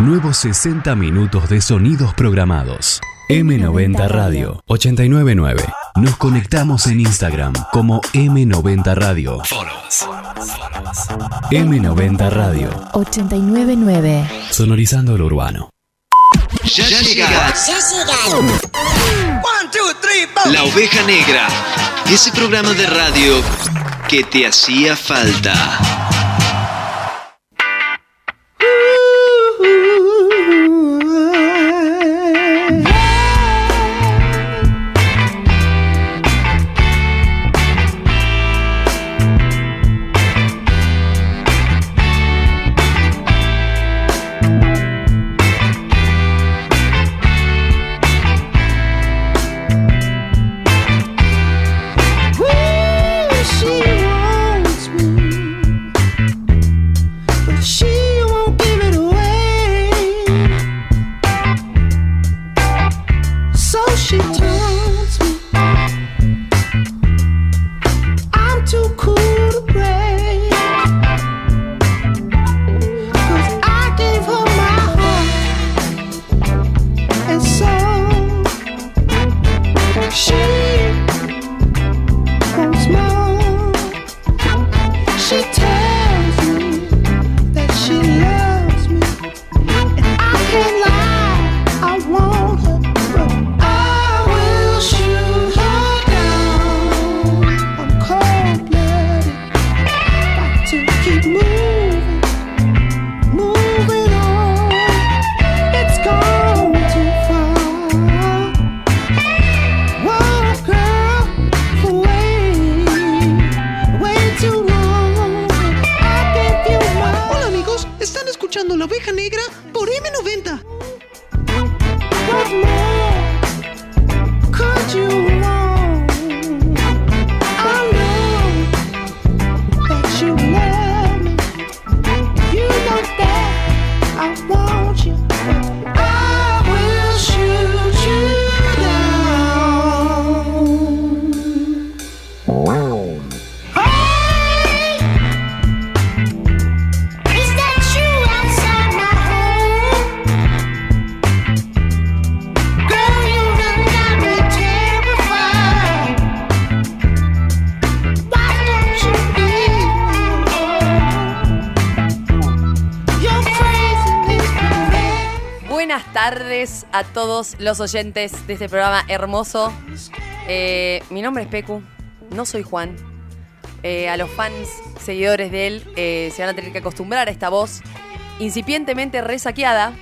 Nuevos 60 minutos de sonidos programados. M90 Radio 899. Nos conectamos en Instagram como M90 Radio. M90 Radio. 899. Sonorizando lo urbano. Ya llegas. One, two, three, four. La Oveja Negra. Ese programa de radio que te hacía falta. Ooh, she wants me, but she won't give it away. So she tells me I'm too cool to play. 'Cause I gave her my heart and soul. She once more. She tells me that she loves me, and I can't lie. I want her, but I will shoot her down. I'm cold blooded, got to keep moving, moving on. It's gone too far. What a girl. Hola amigos, están escuchando La Oveja Negra por M90. Buenas tardes a todos los oyentes de este programa hermoso. Eh, mi nombre es Pecu, no soy Juan. Eh, a los fans, seguidores de él, eh, se van a tener que acostumbrar a esta voz incipientemente resaqueada.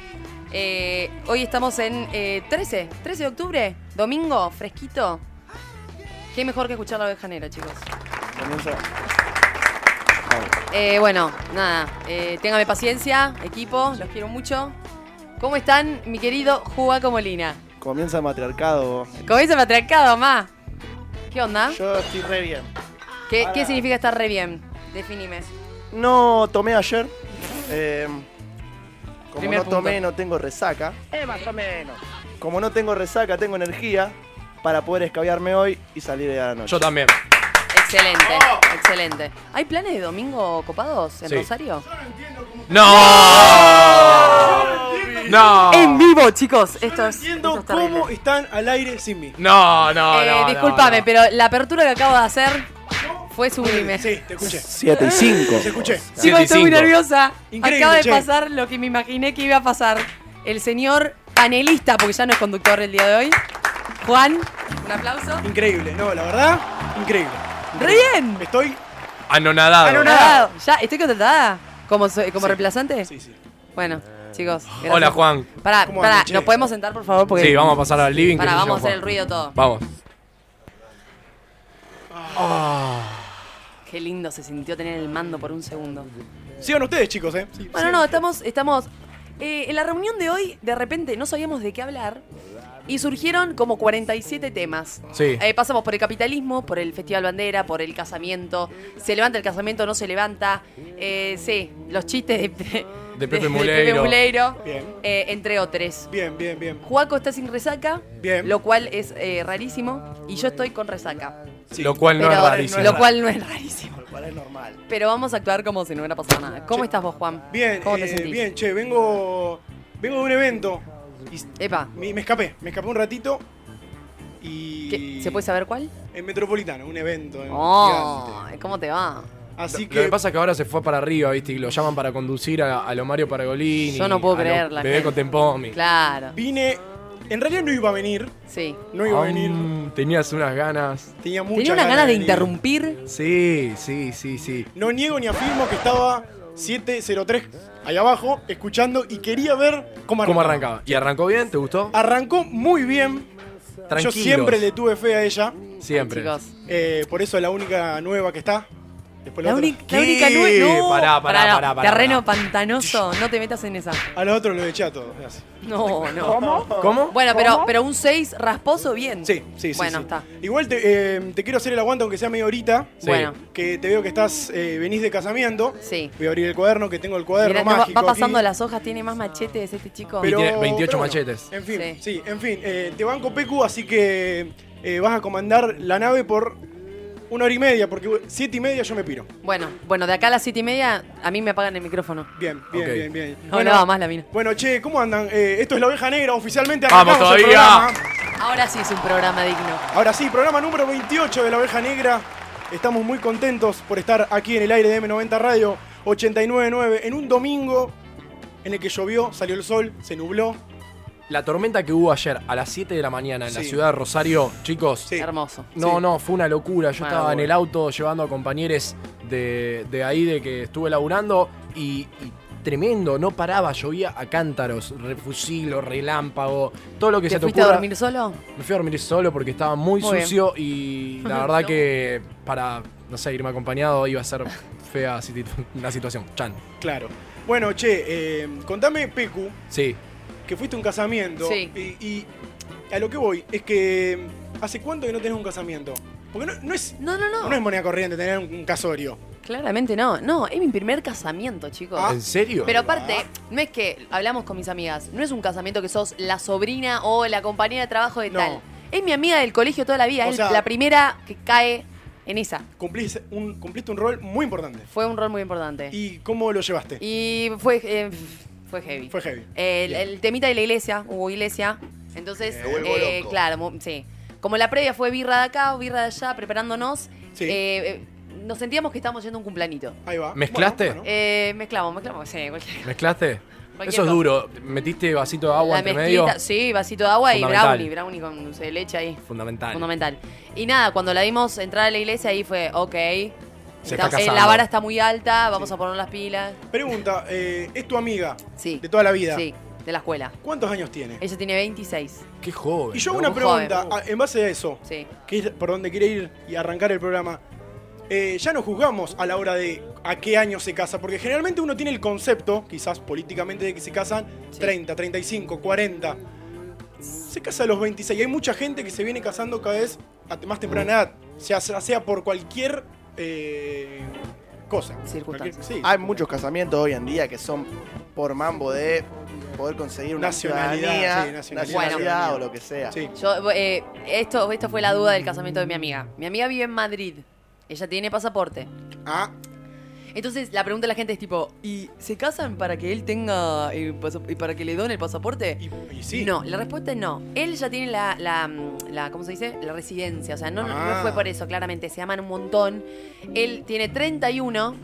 Eh, hoy estamos en eh, 13, 13 de octubre, domingo, fresquito. Qué mejor que escuchar la oveja negra, chicos. Eh, bueno, nada, eh, téngame paciencia, equipo, los quiero mucho. ¿Cómo están, mi querido Juaco Molina? Comienza el matriarcado. Comienza el patriarcado, ma. ¿Qué onda? Yo estoy re bien. ¿Qué, qué significa estar re bien? Definime. No tomé ayer. eh, como Primer no tomé, punto. no tengo resaca. Eh, más o menos. Como no tengo resaca, tengo energía para poder escabiarme hoy y salir de la noche. Yo también. Excelente, excelente. ¿Hay planes de domingo copados en Sí. Rosario? ¡No! ¡No! En vivo, chicos. Esto es. Entiendo esto es terrible. cómo están al aire sin mí. No, no, Eh, no. no, discúlpame, no. pero la apertura que acabo de hacer fue sublime. Sí, te escuché. 7 y 5. Te escuché. Chicos, Siete y estoy muy cinco. nerviosa. Increíble, Acaba de che. pasar lo que me imaginé que iba a pasar. El señor panelista, porque ya no es conductor el día de hoy. Juan, un aplauso. Increíble. No, la verdad, increíble. ¡Re bien! Estoy. Anonadado. ¿eh? Anonadado. ¿Ya estoy contratada? ¿Como, so- como reemplazante? Sí, sí. Bueno, chicos. gracias. Hola, Eh, Juan. Pará, ¿Cómo pará, andan, che? ¿nos podemos sentar, por favor? Porque Sí, vamos a pasar al living. que Pará, se vamos a llama hacer el ruido todo. Juan. Vamos. Ah. Qué lindo se sintió tener el mando por un segundo. Sigan ustedes, chicos, ¿eh? Sí, Bueno, sí. no, estamos. estamos eh, en la reunión de hoy, de repente, no sabíamos de qué hablar. Y surgieron como 47 temas. Sí. Eh, pasamos por el capitalismo, por el Festival Bandera, por el casamiento. ¿Se levanta el casamiento no se levanta? Eh, sí, los chistes de, de- De Pepe Muleiro. Muleiro, Bien. eh, entre otros. Bien, bien, bien. Juaco está sin resaca, Bien. lo cual es eh, rarísimo, y yo estoy con resaca, Sí. Lo cual no pero- es rarísimo. lo cual no es rarísimo. Lo cual es normal. Pero vamos a actuar como si no hubiera pasado nada. ¿Cómo estás vos, Juan? Bien, ¿Cómo te eh, sentís? bien, che, vengo Vengo de un evento y Epa, me, me escapé, me escapé un ratito y... ¿qué- ¿se puede saber cuál? En Metropolitano, un evento. en- Oh, gigante. ¿cómo te va? Así Lo que... que pasa es que ahora se fue para arriba, ¿viste? Y lo llaman para conducir a, a lo Mario Paragolini. Yo no puedo a lo creer la Bebé gente. con Tempomi. Claro, Vine... En realidad no iba a venir, sí. no iba a venir. Mm, Tenías unas ganas. Tenía muchas Tenía unas ganas de venir. interrumpir. Sí, sí, sí, sí. No niego ni afirmo que estaba 703 ahí abajo, escuchando y quería ver cómo arrancaba. ¿Cómo arrancaba? ¿Y arrancó bien? ¿Te gustó? Arrancó muy bien. Tranquilos. Ah, Yo siempre le tuve fe a ella. Siempre. Chicos. eh, por eso es la única nueva que está. Después la La, otra. única- la única ¿Qué? nue- No, Pará, pará, no, pará, pará, Terreno pará. pantanoso, no te metas en esa. A los otros lo eché a todos. gracias. No, no. ¿Cómo? Bueno, pero, pero un 6 rasposo, bien. Sí, sí, sí. Bueno, sí. está. Igual te, eh, te quiero hacer el aguante, aunque sea media horita. Sí. Bueno. Que te veo que estás eh, venís de casamiento. Sí. Voy a abrir el cuaderno, que tengo el cuaderno Mirá, no, va, mágico. va pasando aquí. las hojas, tiene más machetes este chico. Y tiene 28 bueno, machetes. en fin, Sí. sí, en fin. eh, te banco Pecu, así que eh, vas a comandar la nave por una hora y media, porque siete y media yo me piro. Bueno, bueno, de acá a las 7 y media a mí me apagan el micrófono. Bien, bien, Ok. bien, bien. No hablaba más la mina. Bueno, che, ¿cómo andan? Eh, esto es La Oveja Negra, oficialmente Vamos arrancamos el todavía. programa. Ahora sí es un programa digno. Ahora sí, programa número 28 de La Oveja Negra. Estamos muy contentos por estar aquí en el aire de M90 Radio 899 en un domingo en el que llovió, salió el sol, se nubló. La tormenta que hubo ayer a las 7 de la mañana en la Sí. ciudad de Rosario, chicos. Sí. Hermoso. No, Sí. no, fue una locura. Yo Bueno, estaba Ah, en bueno. el auto llevando a compañeros de, de ahí de que estuve laburando y, y tremendo, no paraba, llovía a cántaros, refusilo, relámpago, todo lo que ¿Te se te fuiste a ocurra. dormir solo? Me fui a dormir solo porque estaba muy, Muy bien. sucio y la verdad que para, no sé, irme acompañado iba a ser fea situ- una situación. Chan. Claro. Bueno, che, eh, contame, Pecu, Sí. que fuiste a un casamiento. Sí. Y, y a lo que voy es que. ¿Hace cuánto que no tenés un casamiento? Porque no, no es. No, no, no. No es moneda corriente tener un, un casorio. Claramente no. No, es mi primer casamiento, chicos. Ah. ¿En serio? Pero aparte, no es que hablamos con mis amigas, no es un casamiento que sos la sobrina o la compañera de trabajo de No. tal. Es mi amiga del colegio toda la vida, O es sea- la primera que cae en esa. Cumplís un, cumpliste un rol muy importante. Fue un rol muy importante. Y, ¿Y cómo lo llevaste? fue, eh, fue heavy. Fue heavy. El, Bien. el temita de la iglesia, hubo iglesia. Entonces, Me vuelvo eh, loco. claro, mu- sí. Como la previa fue birra de acá, birra de allá, preparándonos, Sí. eh, eh, nos sentíamos que estábamos yendo a un cumplanito. Ahí Ah, va. ¿Mezclaste? Bueno, bueno. Eh, mezclamos, mezclamos, sí, cualquier- ¿Mezclaste? Cualquier Eso es cosa. duro. ¿Metiste vasito de agua La entre medio? mezclita, sí, vasito de agua y Fundamental. brownie, brownie con dulce de leche ahí. Fundamental. Fundamental. Y nada, cuando la vimos entrar a la iglesia, ahí fue, ok. Se está- está eh, la casando. vara está muy alta, vamos Sí. a poner las pilas. Pregunta, eh, es tu amiga Sí. de toda la vida. Sí, de la escuela. ¿Cuántos años tiene? Ella tiene 26. Qué joven. Y yo hago ¿no? una Muy joven. pregunta, ah, en base a eso, Sí. que es por donde quiere ir y arrancar el programa. Eh, ya no juzgamos a la hora de a qué año se casa, porque generalmente uno tiene el concepto, quizás políticamente, de que se casan Sí. 30, 35, 40. Se casa a los 26. Y hay mucha gente que se viene casando cada vez a te- más Mm. temprana edad, sea, sea sea por cualquier eh, cosa. Circunstancia. Cualquier- sí. Hay muchos casamientos hoy en día que son por mambo de poder conseguir una Nacionalidad, ciudadanía, sí, nacionalidad. nacionalidad Bueno. o lo que sea. Sí. Yo, eh, esto, esto fue la duda del casamiento de mi amiga. Mi amiga vive en Madrid. Ella tiene pasaporte. Ah, Entonces la pregunta de la gente es tipo, ¿y se casan para que él tenga eh, el pasa- y para que le den el pasaporte? y, y sí. No, la respuesta es no. Él ya tiene la, la, mm, la- ¿cómo se dice? La residencia. O sea, no, no- no Ah. fue por eso, claramente. Se aman un montón. Él tiene 31.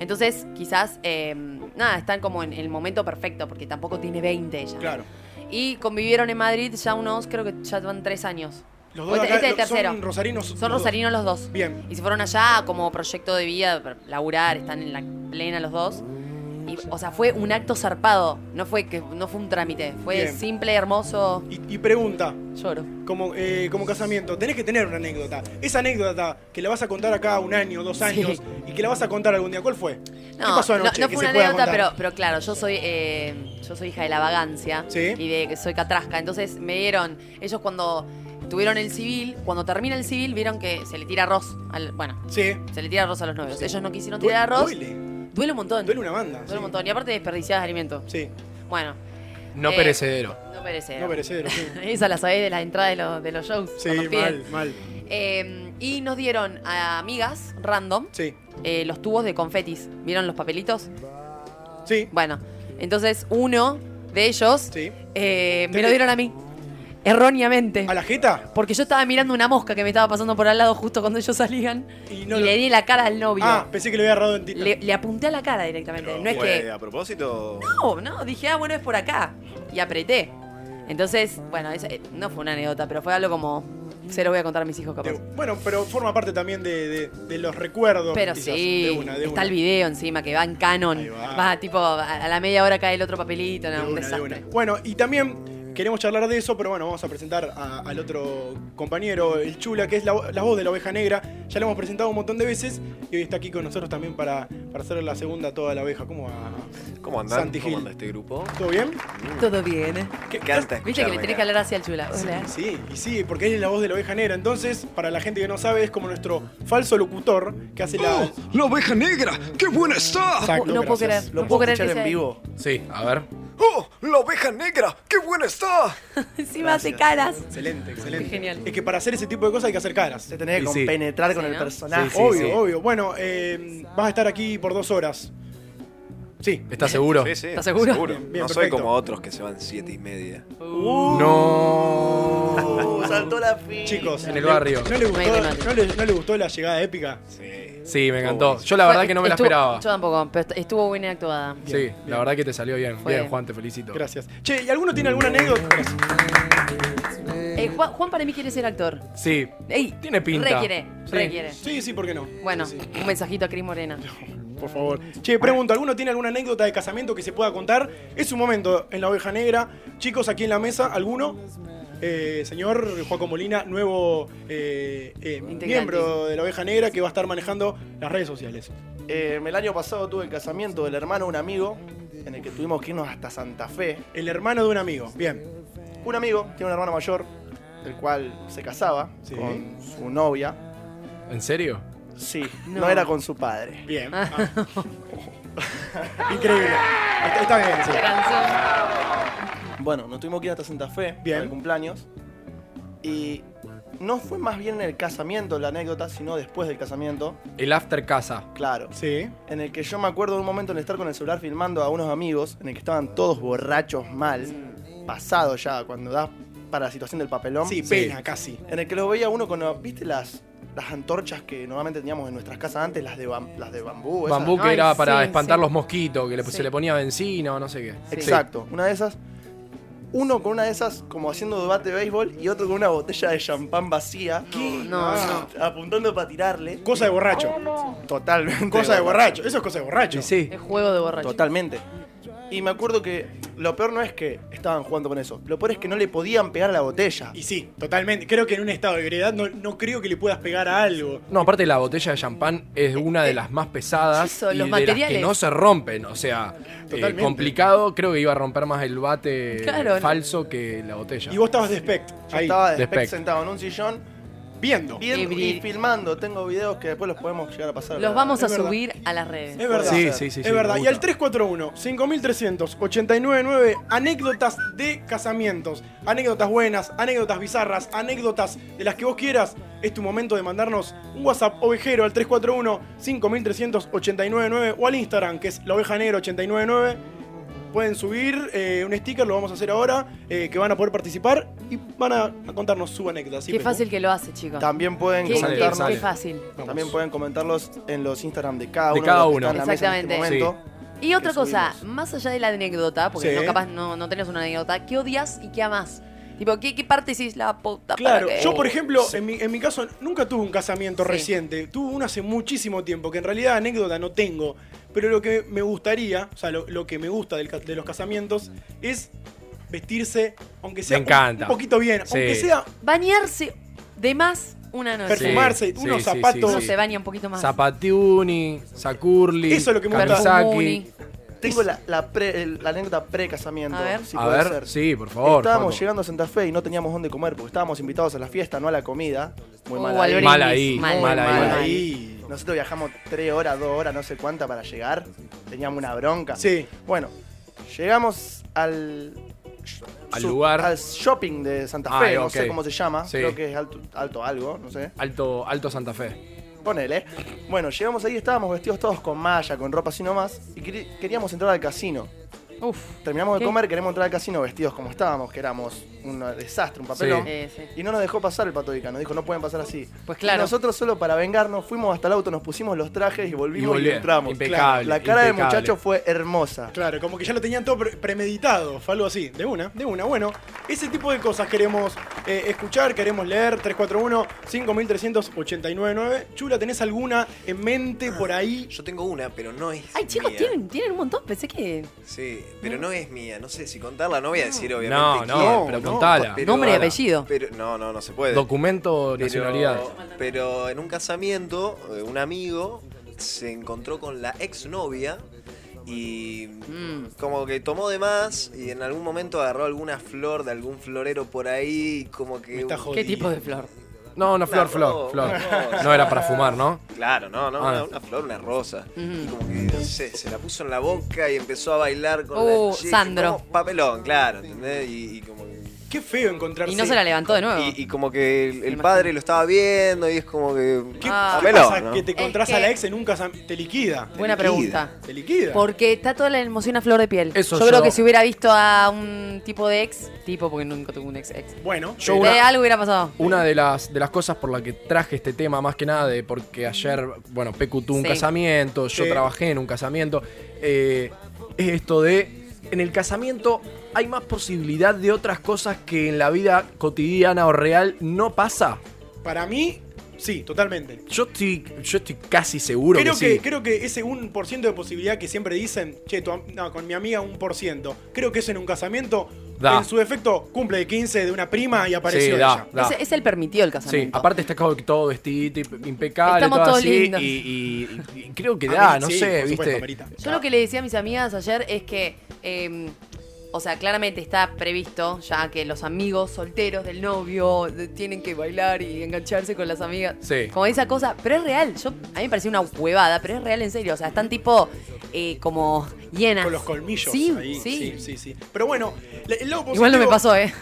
Entonces, quizás, eh, nada, están como en el momento perfecto, porque tampoco tiene 20 ella. Claro. Y convivieron en Madrid ya unos, creo que ya van tres años. Los dos Este- acá- este es lo- tercero. son rosarinos. los Son dos. rosarinos los dos. Bien. Y se fueron allá como proyecto de vida, para laburar, están en la plena los dos. Y, o sea, fue un acto zarpado. No fue que no fue un trámite. Fue Bien. simple, hermoso. Y- y pregunta, Lloro. como, eh, como casamiento, tenés que tener una anécdota. Esa anécdota que la vas a contar acá un año, dos años, y que la vas a contar algún día. ¿Cuál fue? ¿Qué No, pasó anoche? no, no que fue se una pueda anécdota, pero, contar? pero claro, yo soy eh, yo soy hija de la vagancia Sí. y de que soy catrasca. Entonces me dieron, ellos cuando tuvieron el civil, cuando termina el civil, vieron que se le tira arroz. Al, bueno, Sí. se le tira arroz a los novios. Sí. Ellos no quisieron Due- tirar arroz. Duele, Duele, un montón. duele una banda. Duele sí. un montón. Y aparte desperdiciás de alimento. Sí, Bueno, No Eh, perecedero. no merece. no perecedero. Sí, Esa la sabés de las entradas de los, de los shows. Sí, cuando piden. mal, mal. Eh, y nos dieron a amigas random Sí, eh, los tubos de confetis. ¿Vieron los papelitos? sí. Bueno, entonces uno de ellos Sí. eh, me lo dieron a mí. Erróneamente. ¿A la jeta? Porque yo estaba mirando una mosca que me estaba pasando por al lado justo cuando ellos salían. Y Y, no lo- le di la cara al novio. Ah, pensé que lo había errado en Tinder. le, le apunté a la cara directamente. no es Fue que. Pues, ¿A propósito? No, no, dije, ah, bueno, es por acá. Y apreté. Entonces, bueno, esa- eh, no fue una anécdota, pero fue algo como. Se lo voy a contar a mis hijos, capaz. De- bueno, pero forma parte también de, de- de los recuerdos. Pero quizás, sí, de una, de está una. el video encima que va en Ahí canon. va. Va. tipo, a a la media hora cae el otro papelito, no, De un una, de desastre. una. Bueno, y también queremos charlar de eso, pero bueno, vamos a presentar a- al otro compañero, el Chula, que es la, vo- la voz de la oveja negra. Ya lo hemos presentado un montón de veces y hoy está aquí con nosotros también para, para hacer la segunda toda la oveja. ¿Cómo va? ¿Cómo andan? Santi ¿Cómo Gil. anda este grupo? ¿Todo bien? Uh. Todo bien. ¿Qué- Canta, Viste que le tenés que hablar hacia el chula. Hola. Sí, y sí, porque él es la voz de la oveja negra. Entonces, para la gente que no sabe, es como nuestro falso locutor que hace la. ¡La oveja negra! ¡Oh! ¡Qué buena está! Exacto, No puedo gracias. creer. ¿Lo No puedo puedo creer escuchar que en sea- vivo? Sí, a ver. ¡Oh! ¡La oveja negra! ¡Qué buena está! Encima hace caras. Excelente, excelente. Qué genial. Es que para hacer ese tipo de cosas hay que hacer caras. Se tenés que Y sí. compenetrar con Sí, el ¿no? personaje. Sí, sí. obvio, obvio. Bueno, eh, vas a estar aquí por dos horas. Sí. ¿Estás seguro? Sí, sí, ¿Estás seguro? Bien, no soy perfecto. como otros que se van siete y media. Uh. No. Uh, saltó la ficha. Chicos, En el barrio. ¿no le, No hay gustó, remate. no le- no le gustó la llegada épica? Sí. Sí, me encantó. Yo la verdad que no me la Estuvo- esperaba. Yo tampoco, pero est- estuvo bien actuada. Sí, la verdad que te salió bien. Fue Bien, bien. Juan, te felicito. Gracias. Che, ¿y alguno tiene alguna anécdota? Gracias. Eh, Juan, Juan para mí quiere ser actor. Sí. Ey, Tiene pinta. Requiere, Sí. requiere. Sí, sí, ¿por qué no? Bueno, Sí, un mensajito a Cris Morena. sí, por favor. Che, pregunto, ¿alguno tiene alguna anécdota de casamiento que se pueda contar? Es un momento en la oveja negra. Chicos, aquí en la mesa, ¿alguno? Eh, señor Joaco Molina, nuevo eh, eh, Integrante. miembro de la oveja negra que va a estar manejando las redes sociales. Eh, el año pasado tuve el casamiento del hermano de un amigo, en el que tuvimos que irnos hasta Santa Fe. El hermano de un amigo. Bien. Un amigo tiene un hermano mayor, el cual se casaba Sí. con su novia. ¿En serio? Sí, no. No. era con su padre. Bien. Ah. Increíble. Está, está bien, sí. Canción. Bueno, nos tuvimos que ir hasta Santa Fe Bien. para el cumpleaños. Y no fue más bien en el casamiento la anécdota, sino después del casamiento, El after casa. claro. Sí. En el que yo me acuerdo de un momento en estar con el celular filmando a unos amigos, en el que estaban todos borrachos mal, pasado ya, cuando das para la situación del papelón. Mm. Sí, pena, casi. En el que los veía uno con. ¿Viste las, las antorchas que normalmente teníamos en nuestras casas antes? Las de, bam- las de bambú. esas? Bambú que Ay, era para sí, espantar sí. los mosquitos, que le, se Sí. le ponía benzina o no sé qué. Sí. Exacto, una de esas. Uno con una de esas como haciendo debate de béisbol y otro con una botella de champán vacía. No, no. Apuntando para tirarle. Ah. Cosa de borracho. Totalmente. Cosa de borracho. Eso es cosa de borracho. Y sí. Es juego de borracho. Totalmente. Y me acuerdo que lo peor no es que estaban jugando con eso. Lo peor es que no le podían pegar a la botella. Y sí, totalmente. Creo que en un estado de ebriedad no, no creo que le puedas pegar a algo. No, aparte la botella de champán es una de las más pesadas Eso, y los de las materiales. que no se rompen, o sea, eh, Totalmente. complicado, creo que iba a romper más el bate Claro, no. falso que la botella. Y vos estabas de Spect. Yo Ahí. estaba de de espect. sentado en un sillón Viendo. viendo Ebri- y filmando. Tengo videos que después los podemos llegar a pasar. Los vamos a Es verdad. subir a las redes. Es verdad. Sí, sí, sí, Es sí, verdad. me Y gusta. al 341 5389 anécdotas de casamientos. Anécdotas buenas, anécdotas bizarras, anécdotas de las que vos quieras. Es tu momento de mandarnos un WhatsApp ovejero al 341 5389 o al Instagram, que es la oveja negra 899. Pueden subir eh, un sticker, lo vamos a hacer ahora, eh, que van a poder participar y van a, a contarnos su anécdota. ¿sí, Qué Pecu? fácil que lo hace, chicos. También pueden Qué, sale, qué- comentarnos. sale. qué fácil. Vamos. También pueden comentarlos en los Instagram de cada De uno. cada los que están uno. en la mesa en este Exactamente. momento. Y otra que cosa, subimos. más allá de la anécdota, porque Sí. no capaz no, no tenés una anécdota, ¿qué odias y qué amas? Tipo, ¿qué, qué parte decís la puta Claro, para qué? yo por ejemplo, en, mi, en mi caso nunca tuve un casamiento Sí. reciente, tuve uno hace muchísimo tiempo, que en realidad anécdota no tengo, pero lo que me gustaría, o sea, lo, lo que me gusta del ca- de los casamientos es vestirse, aunque sea un- encanta. Un, poquito bien, Sí. aunque sea Bañarse de más una noche. Sí, perfumarse, sí, unos sí, sí, zapatos, Uno se baña un poquito más. Zapatiuni, Sacurli, Eso es lo que me gusta. Kamisaki. Perfumuni. Tengo la, la, pre- el- la anécdota pre-casamiento. A ver. si a puede ver, ser. sí, por favor. estábamos Juanjo. llegando a Santa Fe y no teníamos dónde comer porque estábamos invitados a la fiesta, no a la comida. Muy Uh, mal. al ahí. brindis. Mal ahí, Mal, Oh, mal ahí. mal mal. ahí. Nosotros viajamos tres horas, dos horas, no sé cuánta para llegar. Teníamos una bronca. Sí, Bueno, llegamos al. Al su- lugar. Al shopping de Santa Ah, Fe, ok. no sé cómo se llama. Sí. Creo que es alto, alto algo, no sé. Alto, Alto Santa Fe. Ponele. Bueno, llegamos ahí, estábamos vestidos todos con malla, con ropa así nomás. Y queri- queríamos entrar al casino. Uf. Terminamos de ¿Qué? comer, queremos entrar al casino vestidos como estábamos, que éramos un desastre, un papelón. Eh, sí. Y no nos dejó pasar el pato Ica, nos dijo, no pueden pasar así. Pues claro. Y nosotros solo para vengarnos fuimos hasta el auto, nos pusimos los trajes y volvimos y, volvieron. entramos. Impecable, La cara del impecable. muchacho fue hermosa. Claro, como que ya lo tenían todo pre- premeditado, fue algo así, de una, de una. Bueno, ese tipo de cosas queremos eh, escuchar, queremos leer. 341-53899. Chula, ¿tenés alguna en mente por ahí? Ah, Yo tengo una, pero no es. Ay, chicos, mía. tienen, tienen un montón. Pensé que. Sí, pero no es mía. No sé si contarla, no voy a decir obviamente. No, no, quién, pero no, contala. pero- Nombre y apellido. Pero, no, no, no se puede. Documento, Pero- nacionalidad. Pero en un casamiento, eh, un amigo se encontró con la exnovia y Mm. como que tomó de más y en algún momento agarró alguna flor de algún florero por ahí y como que... Me está ¿Qué jodiendo. tipo de flor? No, no, flor, Una flor, rosa, flor. una rosa. No era para fumar, ¿no? Claro, no, no, Ah. una, una flor, una rosa. Y como que, no sé, se la puso en la boca y empezó a bailar con Uh, la chica. Sandro. Como papelón, claro, ¿entendés? Y, y como que- Qué feo encontrarse. Y no se la levantó de nuevo. y- y como que el, el padre lo estaba viendo y es como que... ¿Qué Ah. qué Papelón, pasa ¿no? que te Es encontrás que- a la ex en un casamiento? Te liquida. Buena liquida. pregunta. Te liquida. Porque está toda la emoción a flor de piel. Eso yo, creo yo- que si hubiera visto a un tipo de ex, tipo, porque nunca tuve un ex ex. Bueno, Yo eh, una- Eh, algo hubiera pasado. Una de las, de las cosas por la que traje este tema, más que nada, de porque ayer, bueno, Pecu tuvo un Sí. casamiento, yo Sí. trabajé en un casamiento, eh, es esto de, en el casamiento hay más posibilidad de otras cosas que en la vida cotidiana o real no pasa. para mí, sí, totalmente. Yo estoy, yo estoy casi seguro Creo que, que, sí. creo que ese 1% de posibilidad que siempre dicen, che, tu am- no, con mi amiga 1%, creo que eso en un casamiento, Da. en su defecto, cumple de 15 de una prima y apareció Sí, da, ella. da. Es, es el permitió el Sí, casamiento. aparte está como que todo vestido y- impecable, Estamos todo todos así, lindos. Y, y- y- y creo que Ah, da, bien, no sí, sé, por viste. supuesto, amerita. Yo lo que le decía a mis amigas ayer es que, eh, o sea, claramente está previsto ya que los amigos solteros del novio de- tienen que bailar y engancharse con las amigas. Sí. Como esa cosa, pero es real. Yo, a mí me pareció una huevada, pero es real en serio. O sea, están tipo eh, como llenas. Con los colmillos Sí, ahí. sí. sí, sí, sí. Pero bueno, la- el lado Igual no me positivo- pasó, ¿eh?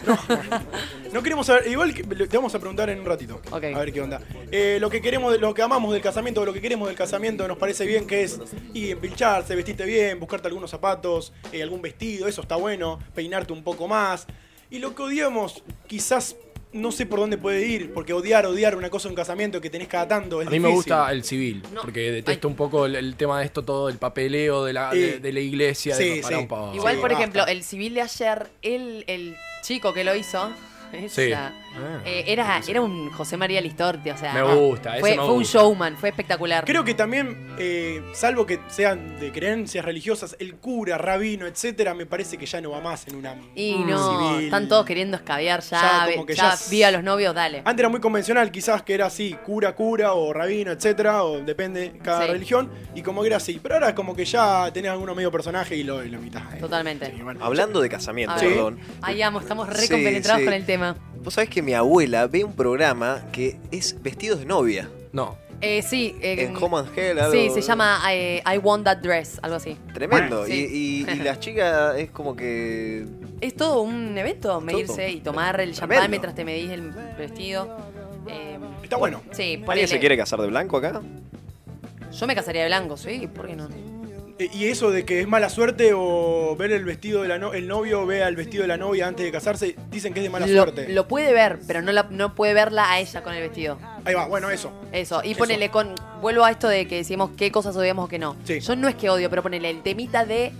No queremos saber, igual que- le- te vamos a preguntar en un ratito. Ok. A ver qué onda. Eh, lo que queremos, de- lo que amamos del casamiento, lo que queremos del casamiento, nos parece bien que es y empincharse, vestirte bien, buscarte algunos zapatos, eh, algún vestido, eso está bueno, peinarte un poco más. Y lo que odiamos, quizás no sé por dónde puede ir, porque odiar, odiar una cosa en un casamiento que tenés cada tanto es A mí me difícil. gusta el civil, No. porque detesto un poco el, el tema de esto todo, el papeleo de la, Sí. de, de la iglesia. de- Sí, pará sí. un poco. Igual, Sí, por basta. ejemplo, el civil de ayer, el, el chico que lo hizo, Sí. esa, eh, era, era un José María Listorti, o sea. Ah, ah, Me gusta, ese Fue, me fue un gusta. showman, fue espectacular. Creo que también, eh, salvo que sean de creencias religiosas, el cura, rabino, etcétera, me parece que ya no va más en una. Y no, civil. están todos queriendo escabear ya, Ya, ve- como que ya, ya es- vi a los novios, dale. Antes era muy convencional, quizás que era así, cura, cura, o rabino, etcétera, o depende cada Sí. religión, y como que era así. Pero ahora es como que ya tenés alguno medio personaje y lo, y lo imitás, ¿eh? Totalmente. Y bueno, Hablando de casamiento, A ver. perdón. Ahí amo, estamos Sí, recompenetrados sí. con el tema. Vos sabés que mi abuela ve un programa que es vestidos de novia. No, Eh, sí, eh, En Home and Hell, algo- sí, se llama eh, I Want That Dress, algo así. Tremendo. Sí. Y, y- y las chicas es como que. Es todo un evento, medirse y tomar el champán Tremendo. mientras te medís el vestido. Eh, Está bueno. sí, ponele. ¿Alguien se quiere casar de blanco acá? Yo me casaría de blanco, sí, ¿por qué no? Eh, Y eso de que es mala suerte o ver el vestido de la no- el novio vea el vestido de la novia antes de casarse, dicen que es de mala Lo, suerte. lo puede ver, pero no, la- no puede verla a ella con el vestido. Ahí va, bueno, eso. Eso, y Eso. ponele con. Vuelvo a esto de que decimos qué cosas odiamos o qué no. Sí. Yo no es que odio, pero ponele el temita de.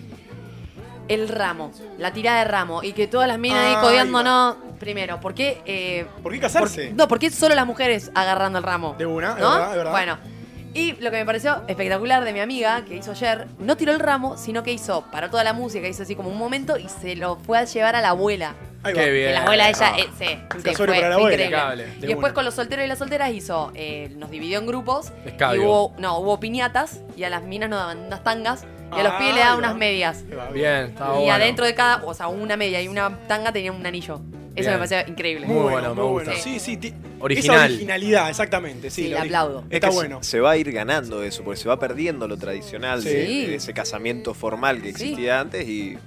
El ramo, la tirada de ramo, y que todas las minas ahí Ah, codeando, ahí no. Primero, ¿por qué. eh, ¿Por qué por- casarse? no, ¿por qué solo las mujeres agarrando el ramo? De una, es ¿No? verdad, es verdad. Bueno. Y lo que me pareció espectacular de mi amiga que hizo ayer, no tiró el ramo, sino que hizo, paró toda la música, hizo así como un momento y se lo fue a llevar a la abuela. Ahí Qué va. bien. Que la abuela ella, Ah. eh, sí, sí, casorio fue, para la fue abuela. increíble. Impecable, de Y después una. con los solteros y las solteras hizo, eh, nos dividió en grupos. Escabio. Y hubo, no, hubo piñatas y a las minas nos daban unas tangas y a los Ah, pies le daban ahí va. unas medias. Ahí va, bien. Ah, bien, está y bueno. adentro de cada, o sea, una media y una tanga tenía un anillo. Eso Bien. me pareció increíble. Muy bueno, me gusta. Sí, sí. ti- Original. Esa originalidad, exactamente. Sí, Sí, la le ori- aplaudo. Está Es que se- bueno. Se va a ir ganando eso, porque se va perdiendo lo tradicional Sí. de, de ese casamiento formal que Sí. existía antes y.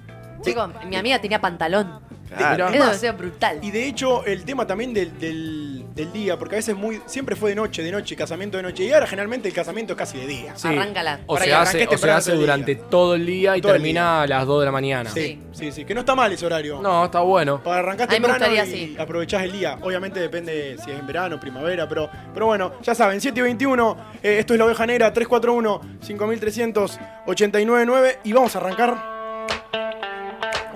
Chicos, mi amiga tenía pantalón. Claro. Eso Mirá. me pareció brutal. Y de hecho, el tema también del, del- del día, porque a veces muy siempre fue de noche, de noche, casamiento de noche, y ahora generalmente el casamiento es casi de día. Sí. Arráncala. O Para se que este arranque hace, o se temprano hace todo el durante todo el día y Todo el termina a las 2 de la mañana. Sí, sí, sí, que no está mal ese horario. No, está bueno. Para arrancar A mí me temprano y gustaría así. aprovechás el día. Obviamente depende si es en verano, primavera, pero, pero bueno, ya saben, 7 y 21, eh, esto es La Oveja Negra, 341-5389-9 y vamos a arrancar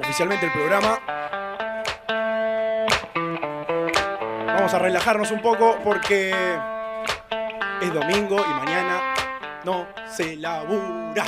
oficialmente el programa. Vamos a relajarnos un poco porque es domingo y mañana no se labura.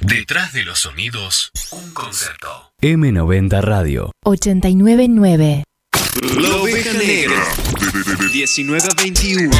Detrás de los sonidos, un concepto. M90 Radio. 899. La oveja negra. 19 a 21.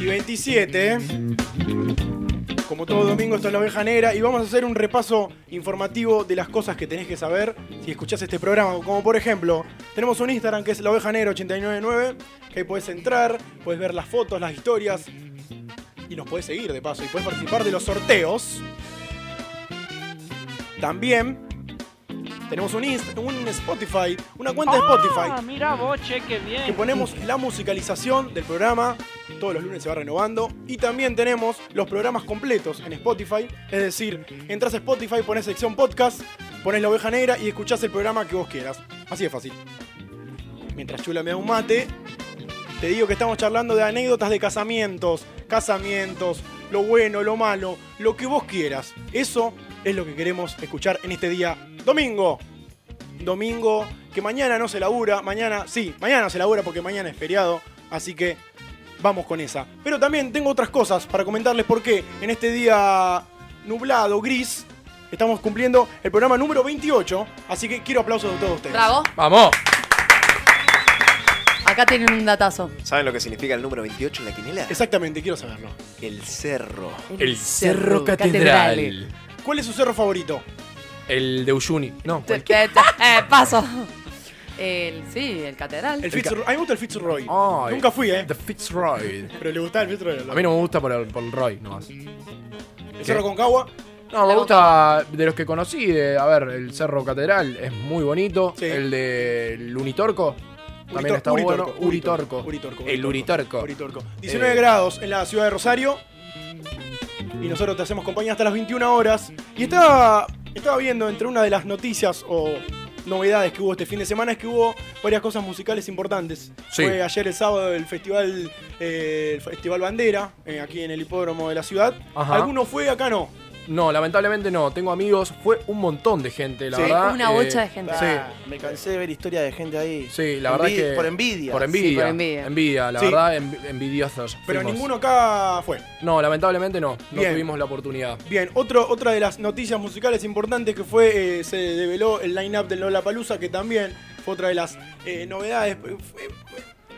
y 27. Como todo domingo, esto es la oveja negra y vamos a hacer un repaso informativo de las cosas que tenés que saber si escuchás este programa. Como por ejemplo, tenemos un Instagram que es la oveja negra 899, que ahí podés entrar, podés ver las fotos, las historias y nos podés seguir de paso y podés participar de los sorteos. También tenemos un, Inst- un Spotify, una cuenta de Spotify mira Ah, vos, che, qué que bien. ponemos la musicalización del programa. Todos los lunes se va renovando. Y también tenemos los programas completos en Spotify. Es decir, entras a Spotify, pones sección podcast, pones la oveja negra y escuchás el programa que vos quieras. Así de fácil. Mientras Chula me da un mate, te digo que estamos charlando de anécdotas de casamientos, casamientos, lo bueno, lo malo, lo que vos quieras. Eso es lo que queremos escuchar en este día domingo domingo, que mañana no se labura, mañana, sí, mañana no se labura porque mañana es feriado, así que vamos con esa. Pero también tengo otras cosas para comentarles por qué en este día nublado, gris, estamos cumpliendo el programa número 28, así que quiero aplausos de todos ustedes. Bravo. Vamos. Acá tienen un datazo. ¿Saben lo que significa el número 28 en la quinela? Exactamente, quiero saberlo. el cerro. El Cerro Catedral. ¿Cuál es su cerro favorito? El de Uyuni. No, Te- cualquier- te- te- eh, paso. El, sí, el catedral. El Fitzroy. A mí me gusta el Fitzroy. Ay. Nunca fui, ¿eh? The Fitzroy. Pero le gustaba el Fitzroy. A mí no me gusta por el, por el Roy nomás. El cerro Concagua. No, me gusta de los que conocí. de- a ver, el Cerro Catedral es muy bonito. Sí. El de el Unitorco. También Uritor- está Uritorco, bueno. Uritorco. Uritorco, El Uritorco. Uritorco. 19 Eh. grados en la ciudad de Rosario. Y nosotros te hacemos compañía hasta las 21 horas. Y estaba, estaba viendo entre una de las noticias o novedades que hubo este fin de semana es que hubo varias cosas musicales importantes. Sí. Fue ayer el sábado el festival, eh, el festival Bandera, eh, aquí en el hipódromo de la ciudad. Ajá. Alguno fue, acá no. No, lamentablemente no. Tengo amigos. Fue un montón de gente, la Sí. verdad. Una eh, bocha de gente. Ah, me cansé de ver historias de gente ahí. Sí, la verdad Envi- que. Por envidia. Por envidia. por envidia. la Sí. verdad, envi- envidiosos. Pero fuimos. ninguno acá fue. No, lamentablemente no. No Bien. tuvimos la oportunidad. Bien, otro, otra de las noticias musicales importantes que fue, eh, se develó el line-up del Lollapalooza, que también fue otra de las eh, novedades. Fue- fue-